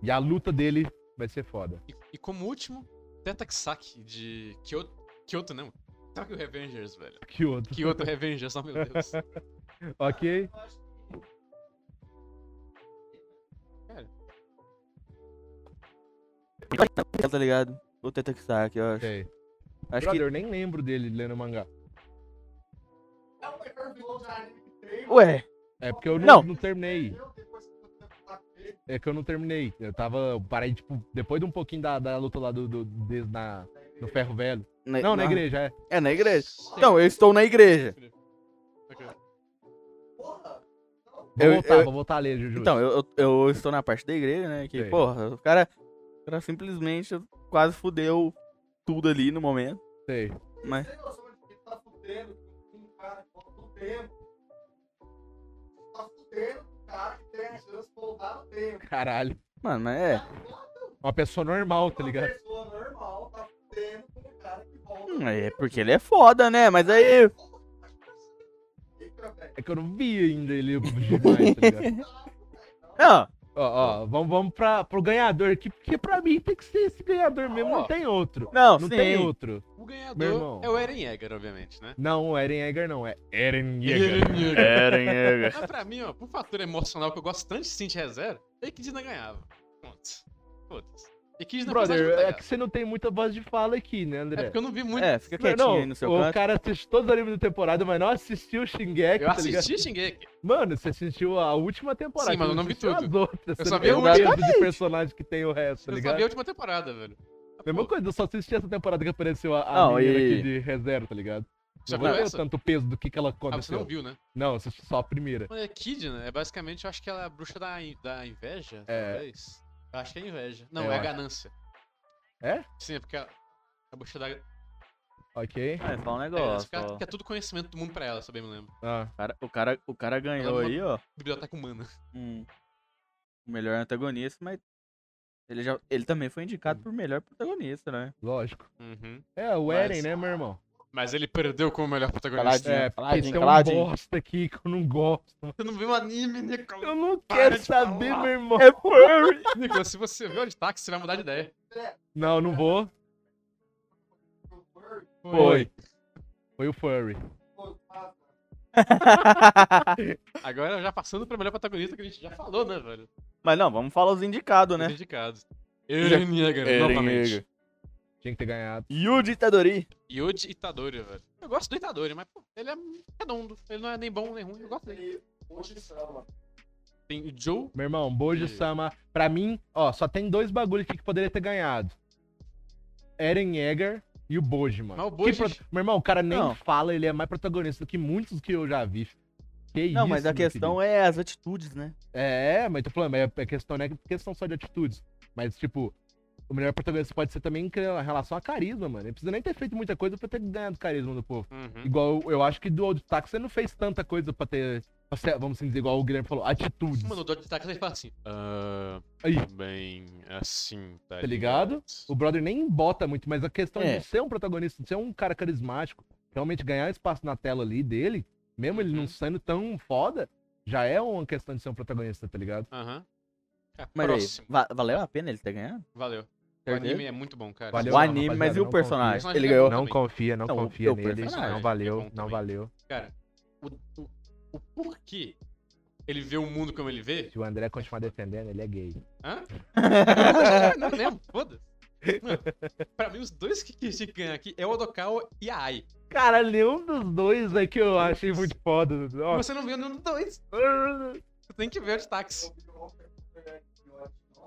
Speaker 1: E a luta dele vai ser foda.
Speaker 3: E, e como último, Tetakisaki de Kyoto. Kyoto não. Tokyo é Revengers, velho.
Speaker 1: Que outro.
Speaker 3: Kyoto Revengers, oh meu Deus.
Speaker 1: Ok?
Speaker 2: Tá ligado? O Tetakisaki, eu acho.
Speaker 1: Ok.
Speaker 2: Acho
Speaker 1: Brother,
Speaker 2: que...
Speaker 1: eu nem lembro dele lendo mangá.
Speaker 4: É o melhor vilão de anime que tem.
Speaker 2: Ué,
Speaker 1: É porque eu
Speaker 2: Não.
Speaker 1: não, não terminei.
Speaker 4: Eu, depois que eu tenho contato com ele,
Speaker 1: É que eu não terminei. Eu tava. Eu parei, tipo, depois de um pouquinho da, da luta lá do, do, de- na, no ferro velho.
Speaker 2: na-
Speaker 1: Não, na igreja, é.
Speaker 2: É, na igreja. Então, eu estou na igreja.
Speaker 3: Ok.
Speaker 4: porra,
Speaker 1: Vou
Speaker 2: Eu-
Speaker 1: voltar,
Speaker 2: eu-
Speaker 1: vou voltar a ler, Juju.
Speaker 2: Então, eu, eu, eu estou na parte da igreja, né? Que,
Speaker 1: Sei.
Speaker 2: porra, o cara, o cara simplesmente quase fudeu tudo ali no momento.
Speaker 1: Sei.
Speaker 2: Mas,
Speaker 4: Tem noção de que ele tá fudendo com um cara que volta no tempo. Tá fudendo com um cara que tem a chance de voltar no tempo.
Speaker 1: Caralho.
Speaker 2: mano, mas é.
Speaker 1: Uma pessoa normal, tá
Speaker 4: Uma
Speaker 1: ligado?
Speaker 4: pessoa normal tá fudendo com um cara que volta
Speaker 2: Hum, É porque ele é foda, né? Mas aí.
Speaker 4: Fica, velho.
Speaker 1: É que eu não vi ainda ele demais, tá ligado?
Speaker 4: Tá, velho.
Speaker 2: Não,
Speaker 1: Ó, ó, vamos, vamos pra, pro ganhador aqui, porque pra mim tem que ser esse ganhador mesmo,
Speaker 3: Ó.
Speaker 1: não tem outro.
Speaker 2: Não,
Speaker 1: Não
Speaker 2: sim.
Speaker 1: tem outro.
Speaker 3: O
Speaker 1: Meu
Speaker 3: ganhador
Speaker 1: irmão.
Speaker 3: é o Eren Yeager, obviamente, né?
Speaker 1: Não, Eren Egger não, é Eren Yeager.
Speaker 3: Eren Yeager.
Speaker 2: Eren Yeager.
Speaker 3: Mas pra mim, ó, por um fator emocional que eu gosto tanto de Cintia Reserva, é que Dina ganhava. Pronto. Foda-se. E que Dina
Speaker 1: Brother,
Speaker 3: apesar de não
Speaker 1: é
Speaker 3: tá
Speaker 1: que você não tem muita voz de fala aqui, né,
Speaker 3: ganhando. é
Speaker 1: André?
Speaker 3: porque eu não vi muito.
Speaker 2: É, fica quietinho
Speaker 1: Não,
Speaker 2: aí no seu
Speaker 1: o
Speaker 2: canto.
Speaker 1: cara assiste todos os animes da temporada, mas não assistiu o Shingeki,
Speaker 3: eu
Speaker 1: tá ligado?
Speaker 3: assisti Shingeki.
Speaker 1: Mano, você assistiu a última temporada.
Speaker 3: Sim, mas
Speaker 1: você
Speaker 3: eu não vi
Speaker 1: assistiu
Speaker 3: tudo.
Speaker 1: As outras,
Speaker 3: Eu
Speaker 1: você
Speaker 3: só
Speaker 1: não
Speaker 3: vi a
Speaker 1: tem
Speaker 3: última.
Speaker 1: medo de personagem que tem o resto, tá
Speaker 3: eu tipo.
Speaker 1: ligado?
Speaker 3: só vi a última temporada, velho.
Speaker 1: Mesma
Speaker 3: Pô,
Speaker 1: coisa, eu só assisti essa temporada que apareceu a, a
Speaker 2: Não,
Speaker 1: menina
Speaker 2: e-
Speaker 1: aqui de reserva, tá ligado?
Speaker 3: Só
Speaker 1: Não
Speaker 3: viu
Speaker 1: vou ver
Speaker 3: essa?
Speaker 1: tanto peso do que, que ela
Speaker 3: Ah, você não
Speaker 1: aconteceu.
Speaker 3: viu, né?
Speaker 1: Não, assisti só a primeira.
Speaker 3: Mano, é Kid, né? É basicamente, eu acho que ela é a bruxa da, in- da inveja,
Speaker 1: É.
Speaker 3: talvez. Eu acho que é inveja. Não,
Speaker 1: É,
Speaker 3: é,
Speaker 1: eu
Speaker 3: a
Speaker 1: acho.
Speaker 3: ganância.
Speaker 1: É?
Speaker 3: Sim, é porque ela- a bruxa da, da
Speaker 1: Ok?
Speaker 2: É só um
Speaker 3: ganância,
Speaker 2: negócio.
Speaker 3: que ela
Speaker 2: ó.
Speaker 3: quer todo conhecimento do mundo pra ela, se eu bem me lembro.
Speaker 1: Ah,
Speaker 2: O cara, o cara, o cara ganhou
Speaker 3: Ela
Speaker 2: aí, ó.
Speaker 3: Biblioteca humana.
Speaker 2: um- o melhor antagonista, mas ele, já, ele também foi
Speaker 1: Hum.
Speaker 2: indicado por melhor protagonista, né?
Speaker 1: lógico.
Speaker 3: Uhum.
Speaker 1: É, o
Speaker 3: Mas-
Speaker 1: Eren, né, meu irmão?
Speaker 3: Mas ele perdeu como o melhor protagonista.
Speaker 2: Caladinho,
Speaker 1: É, porque
Speaker 2: caladinho,
Speaker 1: tem um
Speaker 2: caladinho.
Speaker 1: bosta aqui que eu não gosto.
Speaker 3: Você não
Speaker 2: um
Speaker 3: viu o anime,
Speaker 2: né,
Speaker 3: Nicolas?
Speaker 1: Eu não
Speaker 3: Para
Speaker 1: quero
Speaker 3: de
Speaker 1: saber,
Speaker 3: falar.
Speaker 1: meu irmão.
Speaker 2: É,
Speaker 3: Nicolas, se você vê o de táxi, você vai mudar de ideia.
Speaker 1: Não, não vou.
Speaker 4: O Furry
Speaker 1: Foi. Foi o Furry.
Speaker 4: foi o caso.
Speaker 3: Agora, já passando pra melhor protagonista que a gente já falou, né, velho?
Speaker 2: mas não, vamos falar os indicados,
Speaker 3: Os
Speaker 2: né?
Speaker 3: indicados. Eren Yeager, novamente.
Speaker 1: Tinha que ter ganhado.
Speaker 2: Yuji Itadori.
Speaker 3: Yoji Itadori, velho. Eu gosto do Itadori, mas pô, ele é redondo. Ele não é nem bom nem ruim, eu gosto dele.
Speaker 4: E hoje samba.
Speaker 3: Tem o Joe.
Speaker 1: Meu irmão, Bojo Sama, pra mim, ó, só tem dois bagulhos aqui que poderia ter ganhado. Eren Yeager e Ah, o Bojo, mano.
Speaker 3: Mas o Boji-
Speaker 1: Que Meu irmão, o cara nem
Speaker 2: Não.
Speaker 1: fala, ele é mais protagonista do que muitos que eu já vi. Que
Speaker 2: Não,
Speaker 1: isso,
Speaker 2: mas a questão é as atitudes, né?
Speaker 1: é... É, mas tô falando, é é questão, não é questão só de atitudes. Mas, tipo, o melhor protagonista pode ser também em relação a carisma, mano. Ele precisa nem ter feito muita coisa pra ter ganhado carisma do povo.
Speaker 3: Uhum.
Speaker 1: Igual, eu acho que do Old Taxi você não fez tanta coisa pra ter, pra ser- vamos assim dizer, igual o Guilherme falou, atitudes.
Speaker 3: Mano, o Dodge Tax ele fala assim. Ah,
Speaker 1: Aí.
Speaker 3: bem assim, tá,
Speaker 1: Tá ligado? O brother nem bota muito, mas a questão
Speaker 2: É.
Speaker 1: de ser um protagonista, de ser um cara carismático, realmente ganhar espaço na tela ali dele, mesmo ele
Speaker 3: Uhum.
Speaker 1: não sendo tão foda, já é uma questão de ser um protagonista, tá ligado?
Speaker 3: Aham. É,
Speaker 2: Mas aí,
Speaker 3: próximo.
Speaker 2: va- valeu a pena ele ter ganhado?
Speaker 3: Valeu. O
Speaker 2: Certeza?
Speaker 3: anime é muito bom, cara.
Speaker 1: Valeu,
Speaker 2: o
Speaker 1: não,
Speaker 2: anime, mas
Speaker 1: rapaziada,
Speaker 2: e o
Speaker 1: não
Speaker 2: personagem?
Speaker 3: confia.
Speaker 2: Ele ganhou.
Speaker 3: Não também.
Speaker 1: confia, não,
Speaker 2: confia nele, não
Speaker 3: valeu, não
Speaker 1: valeu.
Speaker 3: Cara, o, o, o porquê ele vê o mundo como ele vê.
Speaker 1: Se o André continuar defendendo, ele é gay.
Speaker 3: Hã? não, não, não mesmo, foda-se. Mano, Pra mim, os dois que que tinha que ganhar aqui é o Odokawa e a Ai.
Speaker 1: Cara, nenhum dos dois é que eu achei muito foda. Ó,
Speaker 3: Você não viu nenhum dos dois. Você tem que ver o de táxi.
Speaker 4: Eu vi ontem, eu vi aqui, eu acho que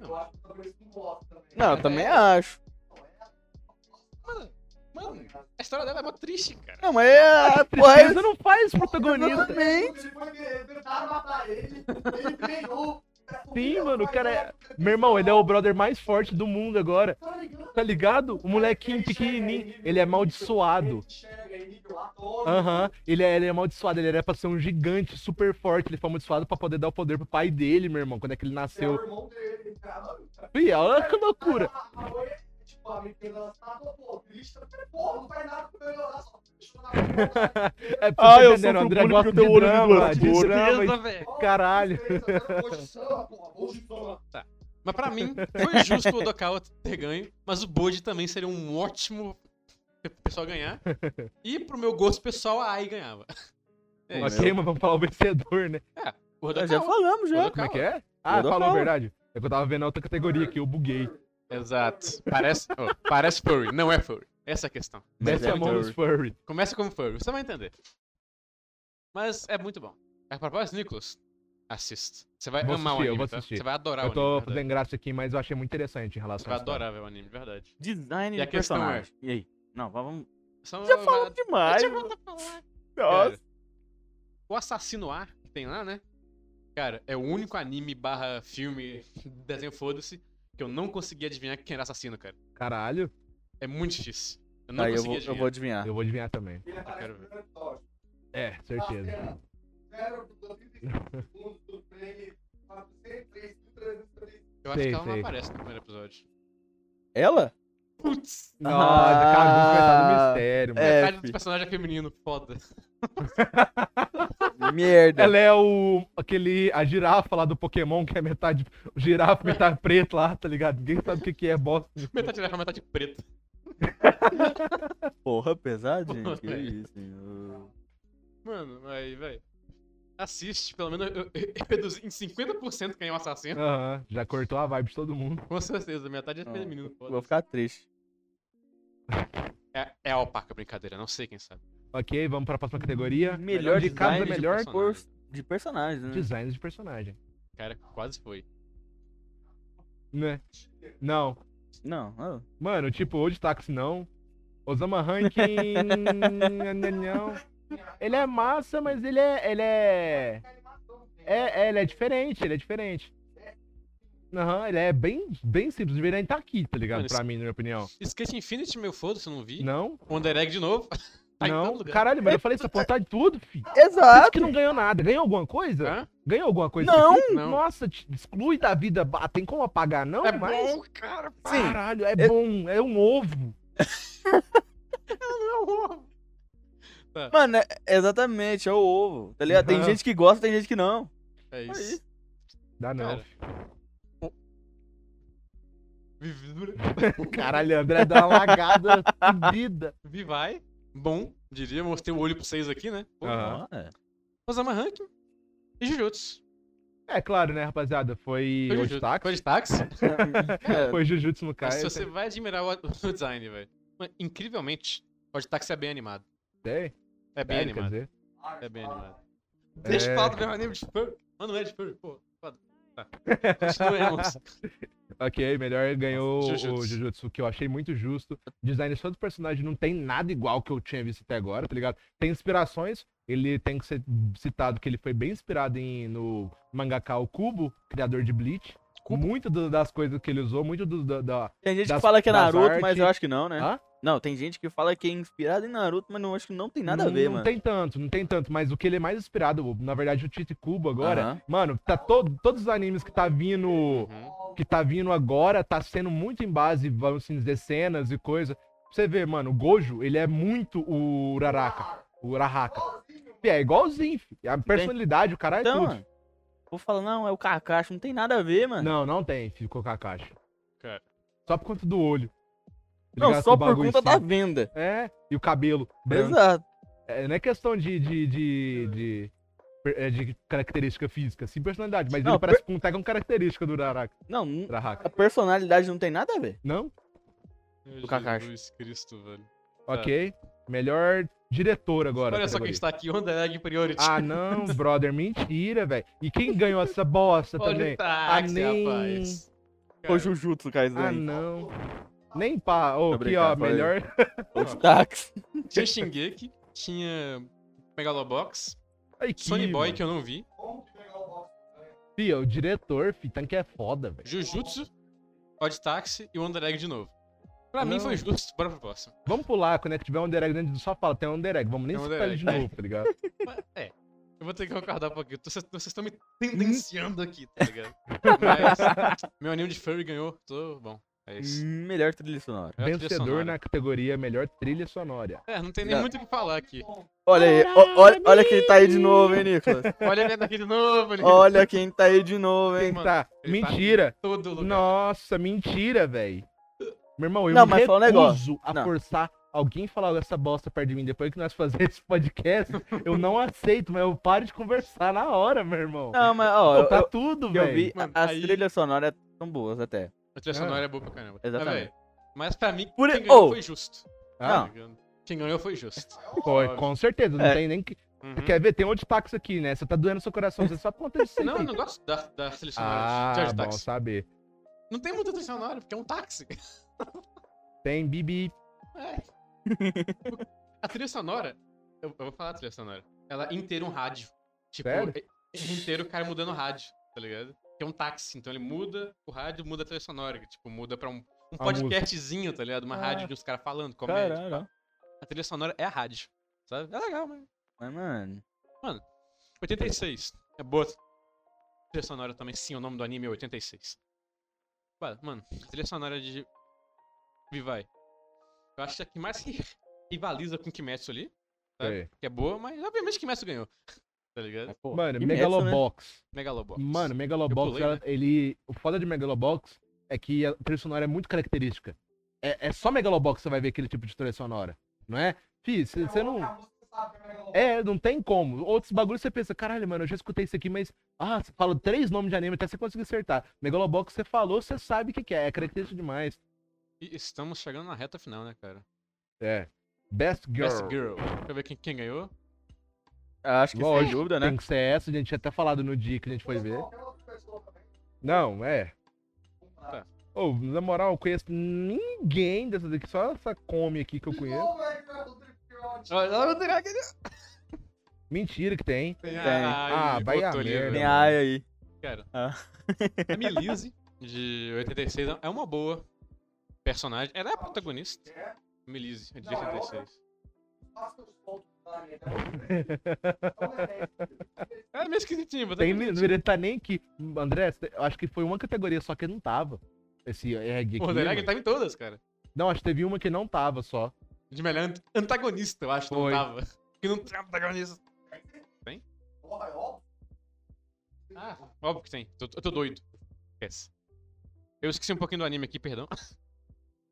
Speaker 4: não, eu acho que talvez não goste também.
Speaker 2: Não, eu também acho.
Speaker 3: Mano, mano, a história dela é mó triste, cara.
Speaker 2: Não, mas é. Porra, é
Speaker 1: Tristeza não faz protagonista.
Speaker 2: também.
Speaker 4: Ele foi querer, tentaram matar ele, ele ganhou. É
Speaker 1: Sim, mano, o cara é. Meu irmão, ele é o brother mais forte do mundo agora.
Speaker 4: Tá ligado?
Speaker 1: Tá ligado? O molequinho pequenininho, ele é amaldiçoado.
Speaker 4: Ele enxerga em nível atômico.
Speaker 1: Aham, ele, é, ele é amaldiçoado, ele era pra ser um gigante super forte, ele foi amaldiçoado pra poder dar o poder pro pai dele, meu irmão, quando é que ele
Speaker 4: Ele é o
Speaker 1: nasceu.
Speaker 4: irmão dele, cara.
Speaker 1: Fih, olha que loucura.
Speaker 4: A- a- a mãe, tipo, a menina lançava, pô, bicha, porra, não faz nada pra melhorar, só deixa na verdade.
Speaker 1: É pra
Speaker 2: Ah, eu
Speaker 1: entender,
Speaker 2: sofro
Speaker 1: o André
Speaker 2: bullying
Speaker 1: gosta
Speaker 2: porque eu
Speaker 1: de
Speaker 2: tenho olho de
Speaker 1: drama, de
Speaker 2: glamour.
Speaker 1: drama,
Speaker 3: Tristeza, velho.
Speaker 1: Caralho.
Speaker 3: Mas pra mim, foi justo o Odokawa ter ganho, mas o Boji também seria um ótimo pessoal ganhar. E pro meu gosto pessoal, a Ai ganhava. É
Speaker 1: e-
Speaker 3: isso.
Speaker 1: Ok, mas vamos falar o vencedor, né?
Speaker 3: O
Speaker 2: Nós já
Speaker 3: Odokawa.
Speaker 2: falamos, já.
Speaker 1: Como é que
Speaker 3: Odokawa.
Speaker 1: é? Ah,
Speaker 2: Toda
Speaker 1: falou a
Speaker 2: forma.
Speaker 1: verdade. É que eu tava vendo a outra categoria aqui, eu buguei.
Speaker 3: Exato. Parece, ó, parece furry, não é furry. Essa é a questão.
Speaker 2: Mas
Speaker 1: Desce
Speaker 2: é
Speaker 1: a mão nos furry.
Speaker 3: Começa como furry, você vai entender. Mas é muito bom. A propósito, Nicolas, assista. Você vai
Speaker 1: Vou
Speaker 3: amar
Speaker 1: assistir, eu
Speaker 3: o
Speaker 1: vou
Speaker 3: anime, tá?
Speaker 1: assistir.
Speaker 3: Você vai adorar
Speaker 1: Eu
Speaker 3: o anime,
Speaker 1: tô
Speaker 3: de verdade.
Speaker 2: né?
Speaker 1: fazendo né? graça aqui, mas eu achei muito interessante em
Speaker 3: Você
Speaker 1: relação
Speaker 3: vai
Speaker 1: a isso.
Speaker 3: adorar ver o anime, de verdade.
Speaker 2: Design
Speaker 3: E
Speaker 2: de
Speaker 3: a questão é-
Speaker 2: personagem. E aí? Não, vamos.
Speaker 3: São
Speaker 2: Já falamos demais. mano. Nossa.
Speaker 3: Cara, o Assassino A que tem lá, né? Cara, é o único anime barra filme, desenho foda-se, que eu não consegui adivinhar quem era assassino, cara.
Speaker 1: Caralho,
Speaker 3: É muito difícil. Eu não
Speaker 2: Aí Tá, eu
Speaker 3: consegui
Speaker 2: vou, eu
Speaker 3: adivinhar.
Speaker 2: vou adivinhar.
Speaker 1: eu vou adivinhar também.
Speaker 3: quero ver.
Speaker 1: É, certeza.
Speaker 3: Eu acho
Speaker 1: Sei,
Speaker 3: que ela não
Speaker 1: sei.
Speaker 3: aparece no primeiro episódio.
Speaker 2: Ela?
Speaker 3: Putz!
Speaker 1: Nossa, Ah. acabou de começar no tá mistério, mano.
Speaker 2: É,
Speaker 3: Metade dos
Speaker 2: fi.
Speaker 3: personagens é feminino, foda.
Speaker 2: merda.
Speaker 1: Ela é o. aquele. a girafa lá do Pokémon, que é metade. girafa, metade preto lá, tá ligado? Ninguém sabe o que, que é bosta.
Speaker 3: Metade leva, metade preta.
Speaker 2: Porra, pesado,
Speaker 3: Porra,
Speaker 2: gente. Que
Speaker 3: velho.
Speaker 2: isso, hein?
Speaker 3: Mano, aí, velho. Assiste, pelo menos eu, eu, eu reduzi em 50% quem é o assassino.
Speaker 1: Aham, já cortou a vibe de todo mundo.
Speaker 3: Com certeza, metade é
Speaker 2: Não,
Speaker 3: feminino.
Speaker 2: Eu
Speaker 3: foda-se.
Speaker 2: Vou ficar triste.
Speaker 3: É, é a opaca, brincadeira, não sei quem sabe.
Speaker 1: Ok, vamos pra próxima categoria.
Speaker 2: Melhor
Speaker 1: de
Speaker 2: design
Speaker 1: casa,
Speaker 2: de
Speaker 1: melhor
Speaker 3: personagem.
Speaker 2: Cor de personagens, né?
Speaker 1: designs de personagem.
Speaker 3: Cara, quase foi.
Speaker 1: Né? Não.
Speaker 2: Não, ah,
Speaker 1: Mano, tipo, hoje táxi não. Osama Rankin. não. Ele é massa, mas ele é. Ele é. É, é, ele é diferente, ele é diferente. Aham, ele é bem, bem simples, deveria nem tá aqui, tá ligado?
Speaker 3: Mano,
Speaker 1: pra mim, na minha opinião.
Speaker 3: Skate Infinity, meu foda-se, eu não vi.
Speaker 1: Não,
Speaker 3: Wonder Egg de novo. Tá em todo
Speaker 1: não.
Speaker 3: lugar.
Speaker 1: Caralho, mano, eu falei essa portada de tudo, filho. Por isso
Speaker 2: Exato!
Speaker 1: que não ganhou nada. Ganhou alguma coisa?
Speaker 3: Hã?
Speaker 1: Ganhou alguma coisa?
Speaker 2: Não!
Speaker 1: Esse filme?
Speaker 3: Não.
Speaker 1: Nossa, te exclui da vida. bah, Tem como apagar, não?
Speaker 3: é
Speaker 1: mas...
Speaker 3: bom, cara. pá,
Speaker 2: Sim.
Speaker 1: Caralho, é bom, é um ovo.
Speaker 3: Não, ó.
Speaker 2: Mano, é- exatamente, é o ovo. Tá ligado? Tem
Speaker 1: Aham.
Speaker 2: gente que gosta, tem gente que não.
Speaker 3: É
Speaker 2: Aí.
Speaker 3: isso.
Speaker 1: Dá não.
Speaker 3: Cara. Vividura.
Speaker 1: Caralho, André dá uma lagada fodida.
Speaker 3: Vi vai. Bom, diria, mostrei o olho pra vocês aqui, né? Pô,
Speaker 1: Aham.
Speaker 2: Ó, é.
Speaker 3: Osama Ranking e Jujutsu.
Speaker 1: É claro, né, rapaziada? Foi
Speaker 3: Foi
Speaker 1: o
Speaker 3: Jujutsu. Foi
Speaker 1: táxi. é.
Speaker 3: de táxi.
Speaker 2: É,
Speaker 1: Foi Jujutsu no Kai.
Speaker 3: Se você vai admirar o, o design, velho. Mano, Incrivelmente, o Oditaxi é bem animado.
Speaker 1: Sei.
Speaker 3: É bem
Speaker 1: É, quer
Speaker 3: animado.
Speaker 1: dizer.
Speaker 3: É bem animado.
Speaker 1: É.
Speaker 3: Deixa eu falar do meu anime de Spur. Mano, não é de Spur, pô. Foda. Tá. Continuemos.
Speaker 1: Ok, melhor ganhou
Speaker 3: Nossa, Jujutsu.
Speaker 1: o Jujutsu, que eu achei muito justo. Design só do personagem não tem nada igual que eu tinha visto até agora, tá ligado? Tem inspirações, ele tem que ser citado que ele foi bem inspirado em, no mangaka o Kubo, criador de Bleach.
Speaker 3: Kubo?
Speaker 1: Muito do- das coisas que ele usou, muito do, da- da...
Speaker 2: Tem gente que
Speaker 1: Das-
Speaker 2: fala que é
Speaker 1: das
Speaker 2: Naruto, mas
Speaker 1: artes.
Speaker 2: eu acho que não, né?
Speaker 1: Hã?
Speaker 2: Não, tem gente que fala que é inspirado em Naruto, mas eu acho que não tem nada
Speaker 1: não,
Speaker 2: a ver,
Speaker 1: não
Speaker 2: mano.
Speaker 1: tem tanto, não tem tanto, mas o que ele é mais inspirado, na verdade, o Tite Kubo agora,
Speaker 2: Aham.
Speaker 1: mano, tá todo, todos os animes que tá vindo,
Speaker 3: Uhum.
Speaker 1: que tá vindo agora, tá sendo muito em base, vamos assim dizer, cenas e coisa. Pra Você vê, mano, o Gojo, ele é muito o Uraraka, o Uraraka. Fi, É igualzinho, fi. a personalidade, o cara é
Speaker 2: Então, é.
Speaker 1: tudo.
Speaker 2: mano, vou falar, não, é o Kakashi, não tem nada a ver, mano.
Speaker 1: Não, não tem, fi, com a caixa.
Speaker 3: Cara.
Speaker 1: Só por conta do olho. Tá
Speaker 2: Não,
Speaker 1: ligado?
Speaker 2: só
Speaker 1: Com o
Speaker 2: por
Speaker 1: bagulho em
Speaker 2: conta da
Speaker 1: cima.
Speaker 2: venda.
Speaker 1: É, e o cabelo branco.
Speaker 2: Exato.
Speaker 1: É, não é questão de, de, de, de, per- é, de característica física, sim personalidade, mas
Speaker 2: Não,
Speaker 1: ele parece com tá com característica do Uraraka.
Speaker 2: Não, n-
Speaker 1: Uraraka.
Speaker 2: a personalidade não tem nada a ver.
Speaker 1: Não?
Speaker 3: Meu
Speaker 2: Kakashi.
Speaker 3: Jesus Cristo, velho.
Speaker 1: Ok. Melhor diretor agora.
Speaker 3: Ah. Olha só quem
Speaker 1: categoria.
Speaker 3: está aqui, Wonder Egg Priority.
Speaker 1: Ah, não, brother, mentira, velho. E quem ganhou essa bosta também?
Speaker 3: táxi,
Speaker 1: Ah, nem-
Speaker 3: rapaz.
Speaker 2: O
Speaker 3: Cara,
Speaker 2: Jujutsu, cara, isso
Speaker 1: Ah,
Speaker 2: daí.
Speaker 1: não. Nem pá. Ô,
Speaker 2: Tô
Speaker 1: aqui, ó,
Speaker 2: brincando, falei.
Speaker 1: melhor.
Speaker 2: O Jutax.
Speaker 3: tinha Shingeki, tinha Megalobox,
Speaker 1: Ai, que,
Speaker 3: Sony Boy,
Speaker 1: mano.
Speaker 3: que eu não vi,
Speaker 1: Fih, o diretor, fi, tanque é foda, velho.
Speaker 3: Jujutsu, Odd Taxi e Wonder Egg de novo. Pra mim
Speaker 1: Não.
Speaker 3: foi justo, bora pro próximo.
Speaker 1: Vamos pular, quando é que tiver um Underegg dentro, só fala, tem um Underegg. Vamos nem
Speaker 3: Tem um
Speaker 1: citar ele
Speaker 3: under
Speaker 1: de
Speaker 3: egg.
Speaker 1: novo, tá ligado?
Speaker 3: Mas, É, eu vou ter que concordar um pouquinho, tô- vocês vocês estão me tendenciando aqui, tá ligado? Mas meu anime de furry ganhou, tô bom, é isso.
Speaker 2: Melhor trilha sonora.
Speaker 3: Melhor trilha
Speaker 1: Vencedor né?
Speaker 3: sonora.
Speaker 1: na categoria melhor trilha sonora.
Speaker 3: É, não tem nem
Speaker 2: Não.
Speaker 3: muito o que falar aqui.
Speaker 2: Olha aí, ó- olha,
Speaker 1: é
Speaker 2: olha quem tá aí de novo, hein, Nicolas?
Speaker 3: Olha ele aqui de novo, ele
Speaker 2: Olha quem tá aí de novo, hein?
Speaker 1: Quem
Speaker 3: mano,
Speaker 1: tá?
Speaker 3: ele tá-
Speaker 1: Mentira.
Speaker 3: todo lugar.
Speaker 1: Nossa, mentira, velho. Meu irmão, eu
Speaker 2: Não,
Speaker 1: me
Speaker 2: mas fala um
Speaker 1: recuso a
Speaker 2: Não.
Speaker 1: forçar alguém falar essa bosta perto de mim depois que nós fazer esse podcast. eu não aceito, mas eu paro de conversar na hora, meu irmão.
Speaker 2: Não, mas, ó, eu,
Speaker 1: Pô, tá
Speaker 2: eu-
Speaker 1: tudo,
Speaker 2: eu
Speaker 1: velho.
Speaker 2: vi,
Speaker 3: Mano,
Speaker 2: as
Speaker 3: aí-
Speaker 2: trilhas sonoras são boas até.
Speaker 3: A trilha
Speaker 1: É.
Speaker 3: sonora é boa pra caramba. Mas,
Speaker 2: Exatamente.
Speaker 3: velho, Mas pra mim,
Speaker 2: Por-
Speaker 3: quem ganhou
Speaker 2: oh.
Speaker 3: foi justo. tá
Speaker 1: Ah,
Speaker 2: Não.
Speaker 3: Quem ganhou foi justo.
Speaker 1: foi, com certeza. Não
Speaker 2: É.
Speaker 1: tem nem que.
Speaker 3: Uhum.
Speaker 1: Quer ver? Tem um de táxi aqui, né? Você tá doendo seu coração, você só acontece isso. aí.
Speaker 3: Não, eu não gosto da, da trilha sonora
Speaker 1: Ah,
Speaker 3: é de George
Speaker 1: bom
Speaker 3: Táxi.
Speaker 1: saber.
Speaker 3: Não tem muita trilha sonora, porque é um táxi.
Speaker 1: Tem Bibi.
Speaker 3: É. a trilha sonora, eu, eu vou falar a trilha sonora, ela inteira um rádio. Tipo,
Speaker 1: Sério?
Speaker 3: é- é inteiro o cara mudando o rádio, tá ligado? Que é um táxi, então ele muda o rádio, muda a trilha sonora, que, tipo, muda pra um, um
Speaker 1: A música.
Speaker 3: podcastzinho, tá ligado? Uma
Speaker 2: Ah.
Speaker 3: rádio de uns caras falando, comédia. tipo,
Speaker 2: Caralho.
Speaker 3: A trilha sonora é a rádio, sabe? É legal, mas...
Speaker 2: Mas, mano,
Speaker 3: 86. É boa. Trilha sonora também, sim, o nome do anime é 86. Ué, Mano, a trilha sonora de Vivai. Eu acho que é a que mais rivaliza com Kimetsu ali, Tá.
Speaker 1: É.
Speaker 3: que é boa, mas obviamente Kimetsu ganhou. tá ligado?
Speaker 2: Mas, pô,
Speaker 1: Mano,
Speaker 2: que Messa, né?
Speaker 1: Megalobox.
Speaker 3: Megalobox.
Speaker 1: Mano,
Speaker 3: Eu
Speaker 1: Megalobox,
Speaker 3: pulei,
Speaker 1: ela-
Speaker 3: né?
Speaker 1: ele. O foda de Megalobox é que a trilha sonora é muito característica. É, é só Megalobox que você vai ver aquele tipo de trilha sonora, não é? Fih, você você não. É, não tem como. Outros bagulhos você pensa, caralho, mano, eu já escutei isso aqui, mas. Ah, você fala três nomes de anime até você conseguir acertar. Megalobox você falou, você sabe o que, que é. É característico demais.
Speaker 3: E estamos chegando na reta final, né, cara?
Speaker 1: É. Best Girl.
Speaker 3: Best Girl. Deixa eu ver quem, quem ganhou.
Speaker 2: Acho que sem
Speaker 1: Lógico,
Speaker 2: dúvida, né?
Speaker 1: Tem que ser essa, a gente tinha até falado no dia que a gente foi ver. Não, é.
Speaker 3: Tá.
Speaker 1: Ô, na moral, eu conheço ninguém dessas daqui, só essa come aqui que eu conheço. Mentira que tem. Ah, vai a merda.
Speaker 2: Tem
Speaker 1: Não.
Speaker 2: a área aí.
Speaker 3: Cara,
Speaker 2: Ah.
Speaker 3: a Milise, de 86, é uma boa personagem. Ela é a protagonista. Milise, de
Speaker 4: Não, é outra.
Speaker 3: 86.
Speaker 4: né,
Speaker 3: Ela é meio esquisitinha, mas
Speaker 1: Tem,
Speaker 3: tá
Speaker 1: não
Speaker 3: bonitinha.
Speaker 1: ele tá nem aqui. André, cê- eu acho que foi uma categoria só que não tava. Esse egg aqui.
Speaker 3: Pô, o Derek
Speaker 1: mano.
Speaker 3: tava em todas, cara.
Speaker 1: Não, acho que teve uma que não tava só.
Speaker 3: De melhor ant- antagonista, eu acho que não
Speaker 1: Foi.
Speaker 3: tava. Que não tinha protagonista. Ah, óbvio que tem. Tô- Eu tô doido. Esquece. Eu esqueci um pouquinho do anime aqui, perdão.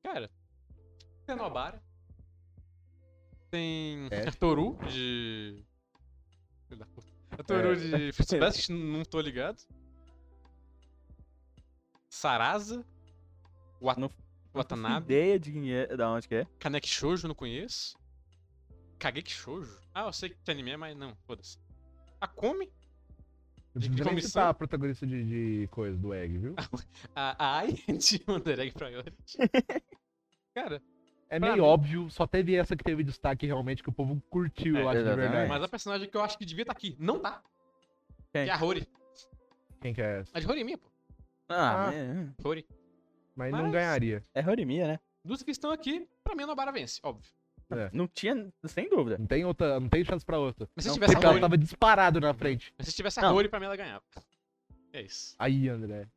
Speaker 3: Cara, tem a Nobara. Tem
Speaker 1: É.
Speaker 3: a Toru de. Filho da puta. A Toru
Speaker 2: É.
Speaker 3: de First Best, não tô ligado. Sarasa. Wat...
Speaker 2: Não- Não faço
Speaker 3: Watanabe.
Speaker 2: ideia de quem é, da onde que é.
Speaker 3: Kaneki Shoujo, eu não conheço. Kageki Shoujo? Ah, eu sei que anime é, mas não, foda-se. A Komi,
Speaker 1: Não
Speaker 3: De
Speaker 1: precisa nem
Speaker 3: comissão?
Speaker 1: citar a protagonista de, de coisa do egg, viu?
Speaker 2: Ah,
Speaker 3: a a Ai de Wonder Egg Priority. Cara,
Speaker 1: É
Speaker 3: Pra
Speaker 1: meio
Speaker 3: mim-
Speaker 1: óbvio, só teve essa que teve destaque realmente que o povo curtiu,
Speaker 2: É,
Speaker 1: eu acho, de
Speaker 2: exatamente.
Speaker 1: verdade.
Speaker 3: mas a personagem que eu acho que devia estar aqui, não tá.
Speaker 2: Quem?
Speaker 3: Que é a Rory.
Speaker 1: Quem que é essa?
Speaker 3: A de Rory é minha, pô.
Speaker 2: Ah,
Speaker 1: Ah.
Speaker 2: é-
Speaker 3: Rory.
Speaker 1: Mas,
Speaker 3: Mas-
Speaker 1: não ganharia.
Speaker 2: é Horimiya, né?
Speaker 3: Dos que estão aqui, pra mim a Nobara vence, óbvio.
Speaker 2: Não tinha, sem dúvida.
Speaker 1: Não tem outra, não tem chance pra outra.
Speaker 3: Mas se
Speaker 2: Não, tá-
Speaker 3: tivesse a
Speaker 1: Porque ela
Speaker 3: Rory,
Speaker 1: tava disparado na frente.
Speaker 3: mas se tivesse a
Speaker 2: Não.
Speaker 3: Rory, pra mim ela ganhava. É isso.
Speaker 1: Aí, André.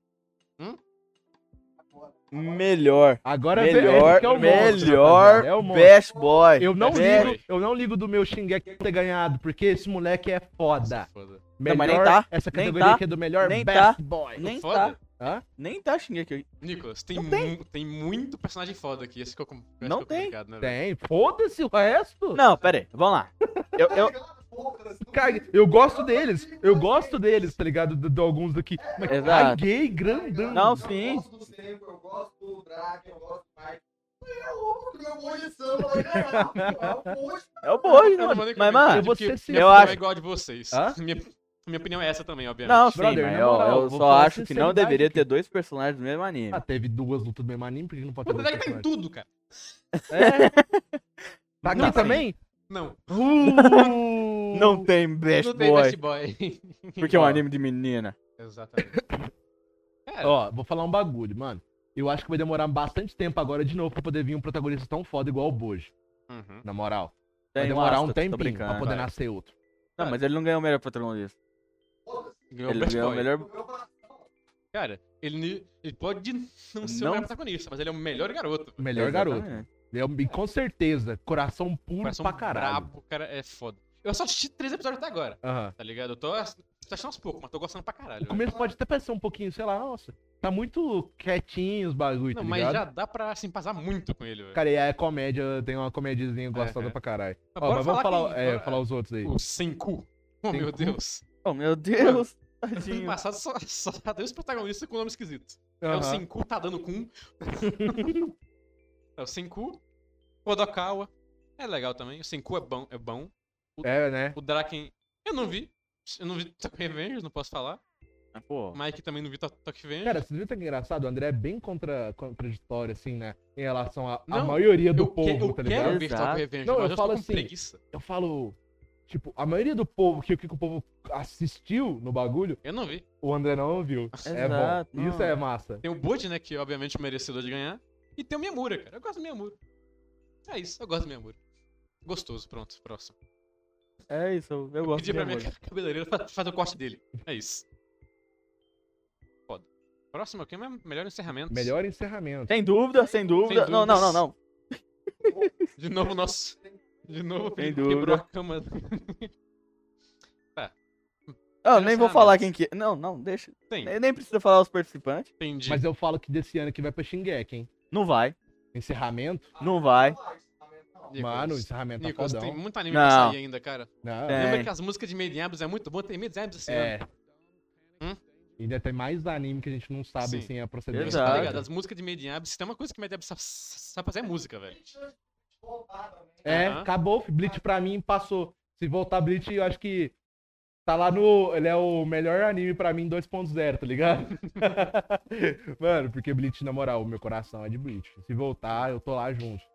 Speaker 2: Melhor.
Speaker 1: Agora vem-
Speaker 2: melhor,
Speaker 1: esse que é o monstro,
Speaker 2: melhor
Speaker 1: rapaziada, é o monstro.
Speaker 2: best boy.
Speaker 1: Eu não,
Speaker 2: Best-
Speaker 1: ligo, eu não ligo do meu Shingeki ter ganhado, porque esse moleque é foda.
Speaker 3: Foda.
Speaker 1: Melhor,
Speaker 2: mas nem tá,
Speaker 1: Essa
Speaker 2: nem
Speaker 1: categoria
Speaker 2: tá,
Speaker 1: aqui é do melhor
Speaker 2: nem
Speaker 1: best
Speaker 2: tá.
Speaker 1: boy.
Speaker 2: Nem
Speaker 3: Foda.
Speaker 2: tá,
Speaker 1: Hã?
Speaker 2: nem tá Shingeki.
Speaker 3: Nicolas, tem,
Speaker 2: Não tem.
Speaker 3: mu- tem muito personagem foda aqui. Esse que eu com- esse
Speaker 2: Não
Speaker 3: que eu
Speaker 2: tem.
Speaker 3: complicado, né, velho?
Speaker 1: Tem, foda-se o resto.
Speaker 2: Não, pera aí, vamos lá. Eu,
Speaker 4: Tá
Speaker 2: eu-
Speaker 1: Cara, eu gosto deles, eu gosto deles, tá ligado? De, de alguns daqui. Mas
Speaker 2: Exato.
Speaker 1: caguei grandão.
Speaker 2: Não, sim.
Speaker 4: tá Eu gosto do Senko, eu gosto do Drake, eu gosto do Mike. É óbvio que meu Morição vai ganhar, pô. É o Moji.
Speaker 2: é o boi,
Speaker 3: Eu
Speaker 2: não,
Speaker 3: não vou nem
Speaker 2: mas,
Speaker 3: comentar,
Speaker 2: mano,
Speaker 1: eu vou
Speaker 3: porque
Speaker 1: ser sincero.
Speaker 3: minha
Speaker 2: Eu
Speaker 3: opinião
Speaker 2: acho-
Speaker 3: é igual a de vocês.
Speaker 1: Hã?
Speaker 3: Minha, minha opinião é essa também, obviamente.
Speaker 2: não, sim,
Speaker 1: Brother,
Speaker 2: mas
Speaker 1: na
Speaker 2: eu,
Speaker 1: moral,
Speaker 2: eu
Speaker 1: vou
Speaker 2: só
Speaker 1: falar
Speaker 2: acho que não
Speaker 1: sinceridade
Speaker 2: deveria
Speaker 1: aqui.
Speaker 2: ter dois personagens do mesmo anime.
Speaker 1: Ah, teve duas lutas do mesmo anime, por que não pode
Speaker 3: O
Speaker 1: ter dois
Speaker 3: Drake tem
Speaker 1: personagens?
Speaker 3: tudo, cara.
Speaker 1: É. Tá
Speaker 2: Não
Speaker 1: aqui
Speaker 2: tem.
Speaker 1: também?
Speaker 3: Não,
Speaker 1: Uh!
Speaker 2: Não tem best
Speaker 3: não tem
Speaker 2: boy,
Speaker 3: Best Boy.
Speaker 2: porque é um anime de menina.
Speaker 3: Exatamente. É, Cara,
Speaker 1: Ó, vou falar um bagulho, mano. Eu acho que vai demorar bastante tempo agora de novo pra poder vir um protagonista tão foda igual o Bojo,
Speaker 3: uhum.
Speaker 1: na moral. Vai
Speaker 2: Tem o
Speaker 1: demorar um
Speaker 2: Asta, tô
Speaker 1: tempinho
Speaker 2: brincando.
Speaker 1: pra poder nascer outro.
Speaker 2: Não, mas ele não ganhou o melhor protagonista.
Speaker 4: Foda-se,
Speaker 3: ganhou o
Speaker 2: Ele
Speaker 3: Best
Speaker 2: ganhou o
Speaker 3: Boy.
Speaker 2: melhor...
Speaker 4: o meu coração.
Speaker 3: Cara, ele, ele pode não ser o
Speaker 2: Não-
Speaker 3: melhor protagonista, mas ele é o melhor garoto.
Speaker 1: Melhor garoto.
Speaker 2: Exatamente.
Speaker 1: Ele é- E com certeza, coração puro
Speaker 3: Coração
Speaker 1: pra caralho.
Speaker 3: é um brabo, cara, é foda. Eu só assisti três episódios até agora,
Speaker 1: Aham.
Speaker 3: tá ligado? Eu tô, ass- tô achando aos poucos, mas tô gostando pra caralho.
Speaker 1: O começo pode até parecer um pouquinho, sei lá, nossa, tá muito quietinho os bagulho,
Speaker 3: velho. Não,
Speaker 1: tá
Speaker 3: mas
Speaker 1: ligado?
Speaker 3: já dá pra se empasar muito com ele, velho.
Speaker 1: Cara, e é comédia, tem uma comédiazinha gostosa
Speaker 3: Aham.
Speaker 1: pra caralho.
Speaker 3: Mas
Speaker 1: Ó,
Speaker 3: bora
Speaker 1: mas vamos falar,
Speaker 3: quem-
Speaker 1: é,
Speaker 3: bora-
Speaker 1: falar os outros aí.
Speaker 3: o Senku. Oh, meu
Speaker 1: Senku.
Speaker 3: Deus.
Speaker 2: Oh, meu Deus,
Speaker 3: No
Speaker 2: tadinho.
Speaker 3: passado só, só deu esse protagonista com um nome esquisito. É o
Speaker 1: Aham.
Speaker 3: Senku tá dando com. é o Senku. O Odokawa. É legal também. O Senku é bom. É bom.
Speaker 1: É, né?
Speaker 3: O Draken. Eu não vi. Eu não vi Tokyo Revengers, não posso falar.
Speaker 2: Ah, Pô,
Speaker 3: O Mike também não vi To- Tokyo Revengers.
Speaker 1: Cara, você viu que é engraçado? O André é bem contra, contraditório, assim, né? Em relação à à
Speaker 3: Não,
Speaker 1: maioria do
Speaker 3: eu,
Speaker 1: povo,
Speaker 3: que- eu
Speaker 1: tá ligado?
Speaker 3: quero ver
Speaker 2: Exato.
Speaker 3: Tokyo Revengers,
Speaker 1: Não,
Speaker 3: mas
Speaker 1: eu
Speaker 3: eu, estou
Speaker 1: falo
Speaker 3: com
Speaker 1: assim,
Speaker 3: preguiça.
Speaker 1: eu falo, tipo, a maioria do povo, que o que que o povo assistiu no bagulho,
Speaker 3: Eu não vi.
Speaker 1: o André não ouviu. é
Speaker 2: Exato,
Speaker 1: bom. Isso
Speaker 2: não.
Speaker 1: é massa.
Speaker 3: Tem o Bud, né? Que obviamente é o merecedor de ganhar. E tem o Miyamura, cara. Eu gosto do Miyamura. É isso, eu gosto do Miyamura. Gostoso, pronto, próximo.
Speaker 2: é isso, eu- eu gosto
Speaker 3: Pedi
Speaker 2: de
Speaker 3: pra
Speaker 2: amor.
Speaker 3: minha cabeleireira fa- fazer o corte dele. É isso. Foda. Próximo aqui é o melhor encerramento.
Speaker 1: Melhor encerramento.
Speaker 2: Sem dúvida, sem dúvida. não, não, não,
Speaker 3: dúvidas.
Speaker 2: não.
Speaker 3: De novo, nosso. De novo,
Speaker 2: Sem
Speaker 3: o Felipe quebrou
Speaker 2: dúvida.
Speaker 3: a cama.
Speaker 2: Ah,
Speaker 3: tá.
Speaker 2: eu nem vou
Speaker 3: relacionamentos.
Speaker 2: falar quem que. Não, não, deixa.
Speaker 3: Tem,
Speaker 2: Nem nem precisa falar os participantes.
Speaker 3: entendi.
Speaker 1: Mas eu falo que desse ano que vai pra Shingeki, hein?
Speaker 2: Não vai.
Speaker 1: Encerramento?
Speaker 2: Não vai.
Speaker 3: Nicolas.
Speaker 1: Mano,
Speaker 2: é
Speaker 1: encerramento tá
Speaker 3: Nicolas,
Speaker 1: fodão.
Speaker 3: tem muito anime pra
Speaker 2: Não.
Speaker 3: sair ainda, cara.
Speaker 1: Não,
Speaker 2: Tem.
Speaker 3: Lembra que as músicas de Made in Abyss é muito bom? Tem Made in Abyss assim,
Speaker 1: é.
Speaker 3: Hum?
Speaker 1: Ainda tem mais anime que a gente não sabe
Speaker 3: Sim.
Speaker 1: sem a procedência.
Speaker 2: Exato.
Speaker 3: Tá ligado? As músicas de Made in Abyss, tem uma coisa que Made in Abyss sabe, sabe fazer é música, velho.
Speaker 1: É,
Speaker 3: Aham.
Speaker 1: acabou. Bleach pra mim passou. Se voltar Bleach, eu acho que tá lá no. Ele é o melhor anime pra mim 2.0, tá ligado? Mano, porque Bleach, na moral, o meu coração é de Bleach. Se voltar, eu tô lá junto.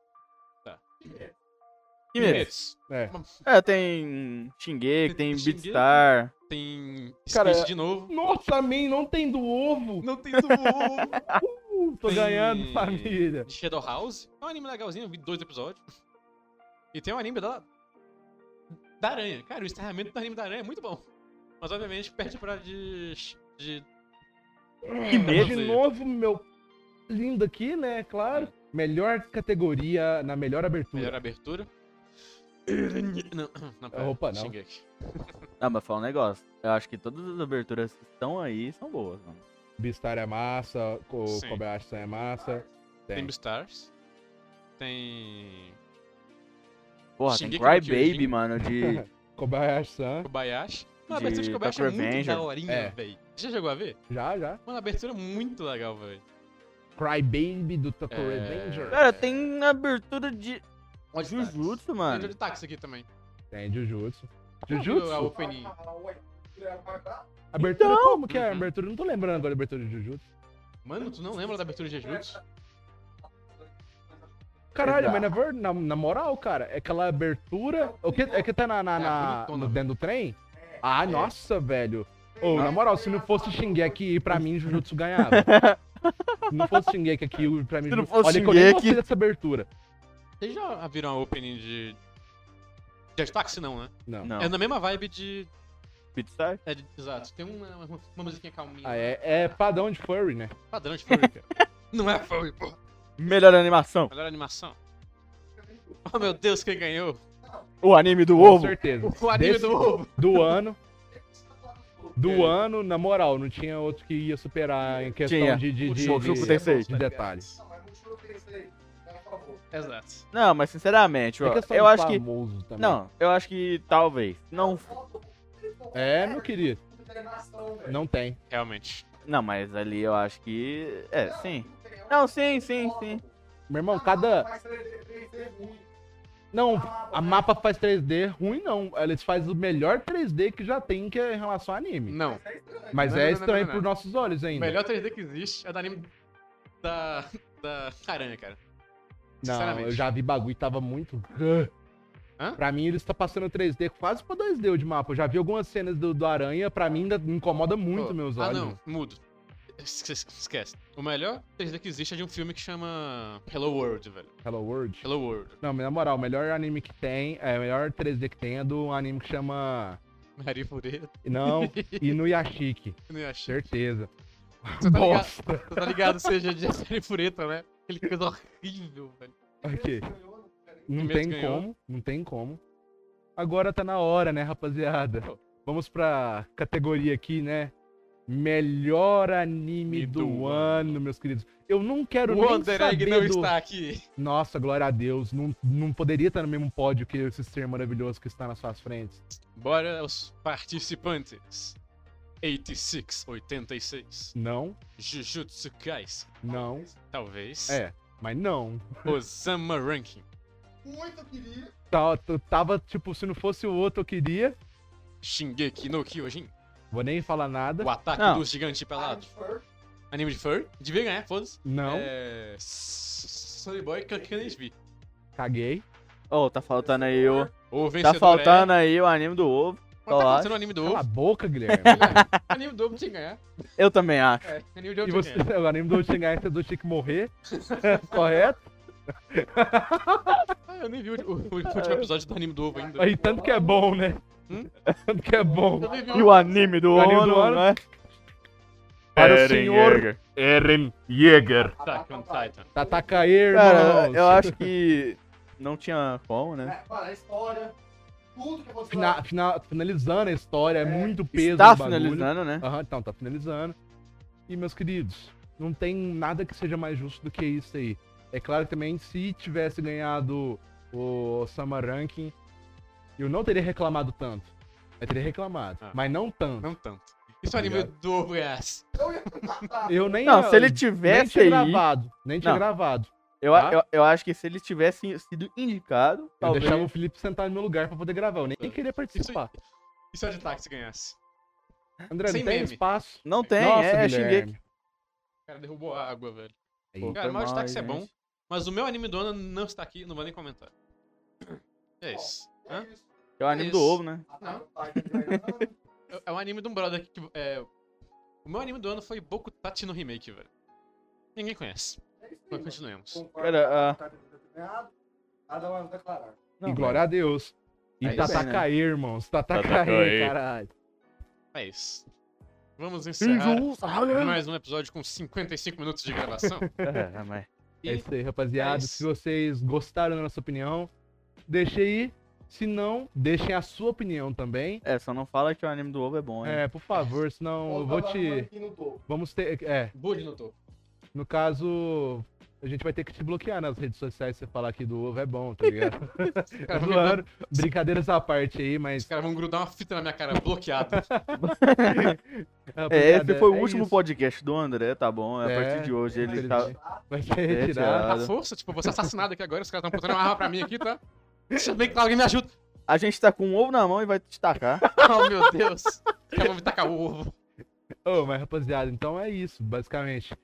Speaker 2: Kimetsu.
Speaker 1: É.
Speaker 2: É, tem Shingeki, tem
Speaker 3: Shingeki.
Speaker 2: Beatstar.
Speaker 3: Tem
Speaker 1: Cara,
Speaker 3: Speed de novo.
Speaker 1: Nossa, man, não tem do ovo!
Speaker 3: Não tem do ovo.
Speaker 1: Uh, tô
Speaker 3: Tem-
Speaker 1: ganhando, família.
Speaker 3: De Shadow House. É um anime legalzinho, eu vi dois episódios. E tem um anime da. Da Aranha. Cara, o encerramento do anime da Aranha é muito bom. Mas obviamente perde pra de. de.
Speaker 1: De
Speaker 3: Nossa,
Speaker 1: novo, meu lindo aqui, né? Claro. Melhor categoria na melhor abertura.
Speaker 3: melhor abertura. Não, não, pera.
Speaker 1: Opa, não.
Speaker 3: Shingeki.
Speaker 2: Ah, mas fala um negócio. Eu acho que todas as aberturas que estão aí são boas, mano.
Speaker 1: Beastar é massa, Co-
Speaker 3: Sim.
Speaker 1: Kobayashi-san é massa.
Speaker 3: Tem
Speaker 1: Tem.
Speaker 3: Beastars. Tem.
Speaker 2: Porra, tem
Speaker 3: Shingeki no
Speaker 2: Crybaby,
Speaker 3: Kyojin.
Speaker 2: mano, de.
Speaker 1: Kobayashi-san,
Speaker 3: Kobayashi. Mano, a
Speaker 2: De
Speaker 3: abertura de Kobayashi é
Speaker 2: Tokyo
Speaker 3: muito
Speaker 2: Revenger.
Speaker 3: daorinha,
Speaker 1: É.
Speaker 3: véi. Já chegou a ver?
Speaker 1: já, já.
Speaker 3: Mano, a abertura é muito legal, véi.
Speaker 1: Crybaby do Tokyo
Speaker 3: É.
Speaker 1: Revenger.
Speaker 2: Cara, tem abertura de
Speaker 3: Onde tá?
Speaker 2: Jujutsu,
Speaker 3: Tem
Speaker 2: mano.
Speaker 3: de táxi aqui também.
Speaker 1: Tem Jujutsu.
Speaker 3: É o
Speaker 1: Jujutsu?
Speaker 3: opening.
Speaker 4: é um
Speaker 1: Abertura
Speaker 2: Então-
Speaker 1: como que é?
Speaker 3: Uhum.
Speaker 1: Abertura, não tô lembrando agora da abertura de Jujutsu.
Speaker 3: Mano, tu não lembra da abertura de Jujutsu?
Speaker 1: Caralho,
Speaker 2: Exato.
Speaker 1: mas na, ver- na, na moral, cara, é aquela abertura. O que, é que tá na, na,
Speaker 3: É,
Speaker 1: na-
Speaker 3: bonitona, É.
Speaker 1: no- dentro do trem? Ah, nossa, velho. Ô,
Speaker 4: né?
Speaker 1: na moral, se não fosse Shingeki, pra mim, Jujutsu ganhava. se não fosse Shingeki aqui, pra mim,
Speaker 2: Se não
Speaker 1: Jujutsu-
Speaker 2: fosse
Speaker 1: Olha que eu nem
Speaker 2: Shingeki-
Speaker 1: gostei dessa abertura.
Speaker 3: Vocês já viram a opening de. De táxi não, né?
Speaker 1: Não.
Speaker 2: Não,
Speaker 3: É na mesma vibe de.
Speaker 2: Beatstar.
Speaker 3: é de- exato. Tem uma, uma, uma musiquinha calminha.
Speaker 1: Ah, é, é padrão de furry, né?
Speaker 3: Padrão de Furry, cara. Não é Furry, porra.
Speaker 2: Melhor animação.
Speaker 3: Melhor animação. Oh meu Deus, quem ganhou?
Speaker 2: O anime do
Speaker 1: Com
Speaker 2: ovo.
Speaker 1: certeza.
Speaker 3: O anime
Speaker 1: Desse- tipo
Speaker 3: do ovo.
Speaker 1: do ano. Do
Speaker 3: É.
Speaker 1: ano, na moral, não tinha outro que ia superar em questão
Speaker 2: Tinha.
Speaker 1: de, de,
Speaker 3: O
Speaker 1: de,
Speaker 2: Mushoku
Speaker 3: é
Speaker 1: de-
Speaker 2: Tensei.
Speaker 3: né?
Speaker 1: de detalhes.
Speaker 3: Exato.
Speaker 2: Não, mas sinceramente,
Speaker 1: É
Speaker 2: ó, eu acho que. Não, eu acho que talvez. Não,
Speaker 1: É, meu querido.
Speaker 4: Não.
Speaker 1: Não tem.
Speaker 3: Realmente.
Speaker 2: não, mas ali eu acho que. É, sim. Não, sim, sim, sim.
Speaker 4: Ah,
Speaker 1: Meu irmão, cada.
Speaker 4: é
Speaker 1: Não,
Speaker 4: Ah,
Speaker 1: a mapa faz 3D ruim, não. Eles fazem o melhor 3D que já tem que é em relação a anime.
Speaker 3: Não.
Speaker 1: Mas
Speaker 3: Hum. Não,
Speaker 1: é
Speaker 3: não, não,
Speaker 1: estranho
Speaker 3: não, não,
Speaker 1: por
Speaker 3: não.
Speaker 1: nossos olhos
Speaker 3: O
Speaker 1: ainda.
Speaker 3: melhor 3D que existe é do anime da. da Aranha, cara.
Speaker 1: não,
Speaker 3: sinceramente.
Speaker 1: eu já vi bagulho que tava muito.
Speaker 3: Hã?
Speaker 1: Pra mim, eles tá passando 3D quase pra 2D o de mapa. Eu já vi algumas cenas do, do Aranha, pra mim ainda me incomoda muito
Speaker 3: Pô,
Speaker 1: meus
Speaker 3: Ah,
Speaker 1: olhos.
Speaker 3: não, mudo. Esque- Esquece. O melhor 3D que existe é de um filme que chama Hello World, velho.
Speaker 1: Hello World.
Speaker 3: Hello World.
Speaker 1: Não, mas na moral, o melhor anime que tem, é, o melhor 3D que tem é do anime que chama.
Speaker 3: Marifureta.
Speaker 1: Não, Inuyashiki,
Speaker 3: Não ia achar.
Speaker 1: certeza.
Speaker 3: Você tá ligado,
Speaker 1: Bosta!
Speaker 3: você tá ligado seja de Marifureta, né? Aquele coisa horrível, velho.
Speaker 1: Ok, não
Speaker 3: Kimetsu
Speaker 1: tem
Speaker 3: ganhou.
Speaker 1: como, não tem como. Agora tá na hora, né, rapaziada?
Speaker 3: Pô.
Speaker 1: Vamos pra categoria aqui, né? Melhor anime
Speaker 3: Me
Speaker 1: do,
Speaker 3: do
Speaker 1: ano, meus queridos. Eu não quero
Speaker 3: O
Speaker 1: nem
Speaker 3: Wonder Egg
Speaker 1: saber
Speaker 3: não
Speaker 1: do...
Speaker 3: está aqui.
Speaker 1: Nossa, glória a Deus. Não, não poderia estar no mesmo pódio que esse ser maravilhoso que está nas suas frentes.
Speaker 3: Bora os participantes. 86, 86.
Speaker 1: Não,
Speaker 3: Jujutsu Kaisen.
Speaker 1: não.
Speaker 3: Talvez.
Speaker 1: É, mas não.
Speaker 3: Osama Ranking.
Speaker 4: Muito querido.
Speaker 1: Tava, tava, tipo, se não fosse o outro, eu queria.
Speaker 3: Shingeki no Kyojin.
Speaker 1: Vou nem falar nada.
Speaker 3: O ataque
Speaker 2: Não.
Speaker 3: dos gigantes pelados. Anime de furry. Devia ganhar, foda-se.
Speaker 1: Não,
Speaker 3: É... Sonny Boy Kakanesby.
Speaker 1: caguei.
Speaker 2: Oh, tá faltando aí o.
Speaker 3: O vencedor
Speaker 2: Tá
Speaker 3: é-
Speaker 2: faltando aí o anime do ovo.
Speaker 3: Mas
Speaker 2: eu
Speaker 3: tá
Speaker 2: acho.
Speaker 3: acontecendo o anime do
Speaker 1: Cala a
Speaker 3: ovo.
Speaker 1: boca, Guilherme.
Speaker 3: O anime do ovo tinha que ganhar.
Speaker 2: Eu também acho.
Speaker 3: É, anime do
Speaker 1: e
Speaker 3: ovo tinha
Speaker 1: você,
Speaker 3: que ganhar.
Speaker 1: o anime do Xingai, você do tinha que morrer. Correto?
Speaker 3: Ah, eu nem vi o, o- o último episódio do anime do ovo ainda.
Speaker 1: Aí tanto que é bom, né?
Speaker 3: Hum?
Speaker 1: Tanto que é bom.
Speaker 3: Eu nem vi
Speaker 2: E o anime do
Speaker 1: O anime do
Speaker 2: ovo,
Speaker 1: ano?
Speaker 2: né?
Speaker 1: Para o senhor Eren Jäger.
Speaker 3: Attack on Titan.
Speaker 1: Tataka aí, irmãos.
Speaker 2: Cara, eu acho que não tinha como, né?
Speaker 4: É, mano, a história, tudo tudo que aconteceu.
Speaker 1: Fina- fina- finalizando a história, é,
Speaker 4: É,
Speaker 1: muito peso.
Speaker 2: Está
Speaker 1: no bagulho.
Speaker 2: finalizando, né?
Speaker 1: Aham, então, tá finalizando. E, meus queridos, não tem nada que seja mais justo do que isso aí. É claro que também, se tivesse ganhado o Summer Ranking, eu não teria reclamado tanto. Eu teria reclamado,
Speaker 3: Ah.
Speaker 1: mas não tanto.
Speaker 3: Não tanto. Isso é um anime
Speaker 1: Obrigado.
Speaker 3: do Brass.
Speaker 4: Eu ia matar.
Speaker 1: Eu nem
Speaker 2: Não, se ele
Speaker 1: nem
Speaker 2: tivesse
Speaker 1: tinha
Speaker 2: aí,
Speaker 1: gravado. Nem tinha
Speaker 2: Não.
Speaker 1: gravado.
Speaker 2: eu,
Speaker 1: tá?
Speaker 2: eu, eu acho que se ele tivesse sido indicado,
Speaker 1: Eu
Speaker 2: talvez...
Speaker 1: deixava o Felipe sentar no meu lugar pra poder gravar. Eu nem
Speaker 3: Ah.
Speaker 1: queria participar.
Speaker 3: E se o Agitax ganhasse?
Speaker 1: André,
Speaker 3: Sem
Speaker 1: não tem
Speaker 3: meme.
Speaker 1: espaço.
Speaker 2: Não tem,
Speaker 1: Nossa,
Speaker 2: é,
Speaker 1: Guilherme.
Speaker 2: Shingeki.
Speaker 3: O cara derrubou a água, velho.
Speaker 1: Aí,
Speaker 2: Pô.
Speaker 3: Cara,
Speaker 2: Foi
Speaker 3: o Mario
Speaker 2: mal,
Speaker 3: Tax é
Speaker 2: gente.
Speaker 3: bom, mas o meu anime do ano não está aqui, não vou nem comentar. É isso.
Speaker 4: É
Speaker 3: Hã?
Speaker 4: isso.
Speaker 2: Que é o anime do
Speaker 3: Isso.
Speaker 2: ovo, né?
Speaker 4: Matar meu pai, tá ligado?
Speaker 3: É- É um anime de um brother que. É... O meu anime do ano foi Boku Tachi no Remake, velho. Ninguém conhece.
Speaker 4: É isso aí,
Speaker 3: Mas
Speaker 4: mano.
Speaker 3: continuemos.
Speaker 4: Concordo
Speaker 2: Cara,
Speaker 4: com
Speaker 2: ah.
Speaker 4: o que tá determinado. Nada mais declarar.
Speaker 2: Não,
Speaker 1: e glória a Deus. E
Speaker 2: Aí
Speaker 1: tá
Speaker 2: sim, né?
Speaker 1: Tatakaê, irmãos. Tatakaê,
Speaker 2: Tatakaê.
Speaker 1: caralho.
Speaker 3: É isso. Vamos encerrar
Speaker 2: né?
Speaker 1: É
Speaker 3: mais um episódio com 55 minutos de gravação.
Speaker 2: É, mas...
Speaker 1: É
Speaker 3: E
Speaker 1: isso aí, rapaziada.
Speaker 3: É isso.
Speaker 1: Se vocês gostaram da nossa opinião, deixe aí. Se não, deixem a sua opinião também.
Speaker 2: É, só não fala que o anime do ovo é bom, hein?
Speaker 1: É, por favor, senão eu vou
Speaker 4: Voltar lá no
Speaker 1: te.
Speaker 4: aqui no topo.
Speaker 1: Vamos ter. É,
Speaker 3: Bud no topo.
Speaker 1: no caso, a gente vai ter que te bloquear nas redes sociais se você falar que do ovo é bom, tá ligado?
Speaker 3: Os
Speaker 1: Tá
Speaker 3: caras vão me dar-
Speaker 1: Zoando. Brincadeiras à parte aí, mas.
Speaker 3: os caras vão grudar uma fita na minha cara, bloqueado.
Speaker 2: É, esse
Speaker 1: rapaziada,
Speaker 2: foi o
Speaker 1: é
Speaker 2: último
Speaker 1: isso.
Speaker 2: podcast do André, tá bom? A
Speaker 1: É,
Speaker 2: partir de hoje ele tá
Speaker 1: ele
Speaker 2: está...
Speaker 1: vai- Vai ser
Speaker 2: É,
Speaker 1: retirado.
Speaker 3: A força, tipo, eu vou ser assassinado aqui agora, os caras estão botando uma arma pra mim aqui, tá? Deixa bem que alguém me ajuda.
Speaker 2: A gente tá com um ovo na mão e vai te tacar.
Speaker 3: Oh, meu Deus. Os caras vão me tacar ovo.
Speaker 1: Ô, mas rapaziada, então é isso, basicamente.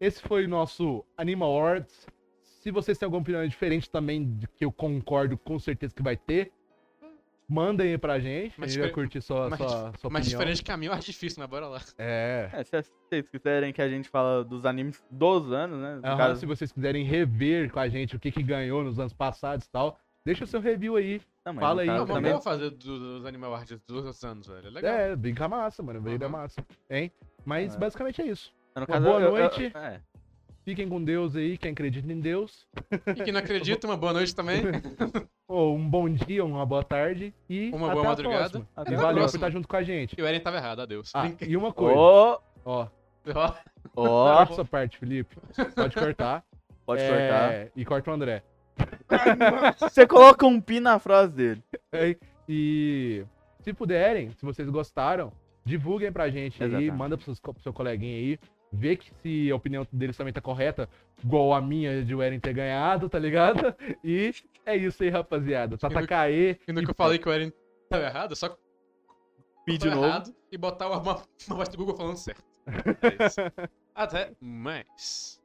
Speaker 1: Esse foi o nosso Animal Awards. Se vocês têm alguma opinião diferente também, de que eu concordo com certeza que vai ter, mandem aí pra gente. a
Speaker 3: Mas
Speaker 1: gente vai
Speaker 3: difer-
Speaker 1: curtir sua,
Speaker 3: mas
Speaker 1: sua, sua
Speaker 3: dif-
Speaker 1: opinião.
Speaker 3: Mas diferente caminho é artifício, né? Bora lá.
Speaker 1: É.
Speaker 2: É, se vocês quiserem que a gente fala dos animes dos anos, né? No
Speaker 1: Aham,
Speaker 2: caso,
Speaker 1: Se vocês quiserem rever com a gente o que, que ganhou nos anos passados e tal, deixa o seu review aí.
Speaker 2: não, mas
Speaker 1: fala
Speaker 2: no
Speaker 1: aí,
Speaker 2: caso
Speaker 3: Não,
Speaker 1: Eu
Speaker 3: vamos
Speaker 2: também-
Speaker 3: vamos fazer do- dos Animal Arts dos outros anos, velho. É Legal.
Speaker 1: É, brinca massa, mano. Veio da
Speaker 3: Aham.
Speaker 1: massa. Hein? Mas
Speaker 2: É.
Speaker 1: basicamente é isso.
Speaker 2: no
Speaker 1: Uma
Speaker 2: caso,
Speaker 1: boa
Speaker 2: eu- eu-
Speaker 1: noite.
Speaker 2: é.
Speaker 1: Fiquem com Deus aí, quem acredita em Deus.
Speaker 3: E quem não acredita, uma boa noite também.
Speaker 1: Ou um bom dia, uma boa tarde e
Speaker 3: Uma
Speaker 1: até
Speaker 3: boa
Speaker 1: a
Speaker 3: madrugada.
Speaker 1: próxima.
Speaker 2: Até
Speaker 1: E
Speaker 2: a
Speaker 1: valeu por
Speaker 3: próxima.
Speaker 1: estar junto com a gente.
Speaker 3: E o Eren tava errado, adeus.
Speaker 1: Ah,
Speaker 3: Brinca-
Speaker 1: e uma coisa,
Speaker 2: Ó,
Speaker 1: ó,
Speaker 3: Ó,
Speaker 2: ó,
Speaker 1: corta essa parte, Felipe. Pode cortar.
Speaker 2: pode
Speaker 1: É,
Speaker 2: cortar.
Speaker 1: E corta o André.
Speaker 2: Você coloca um pi na frase dele.
Speaker 1: É, E se puderem, se vocês gostaram, divulguem pra gente aí,
Speaker 2: Exatamente.
Speaker 1: manda pro seus co- pro seu coleguinha aí, vê que se a opinião deles também tá correta, igual a minha de o Eren ter ganhado, tá ligado? E é isso aí, rapaziada. Tatakaê,
Speaker 3: E no que eu falei que o Eren tava errado, é só
Speaker 2: Pi de
Speaker 3: botar
Speaker 2: novo.
Speaker 3: errado e botar uma, uma voz do Google falando certo. É isso. Até mais.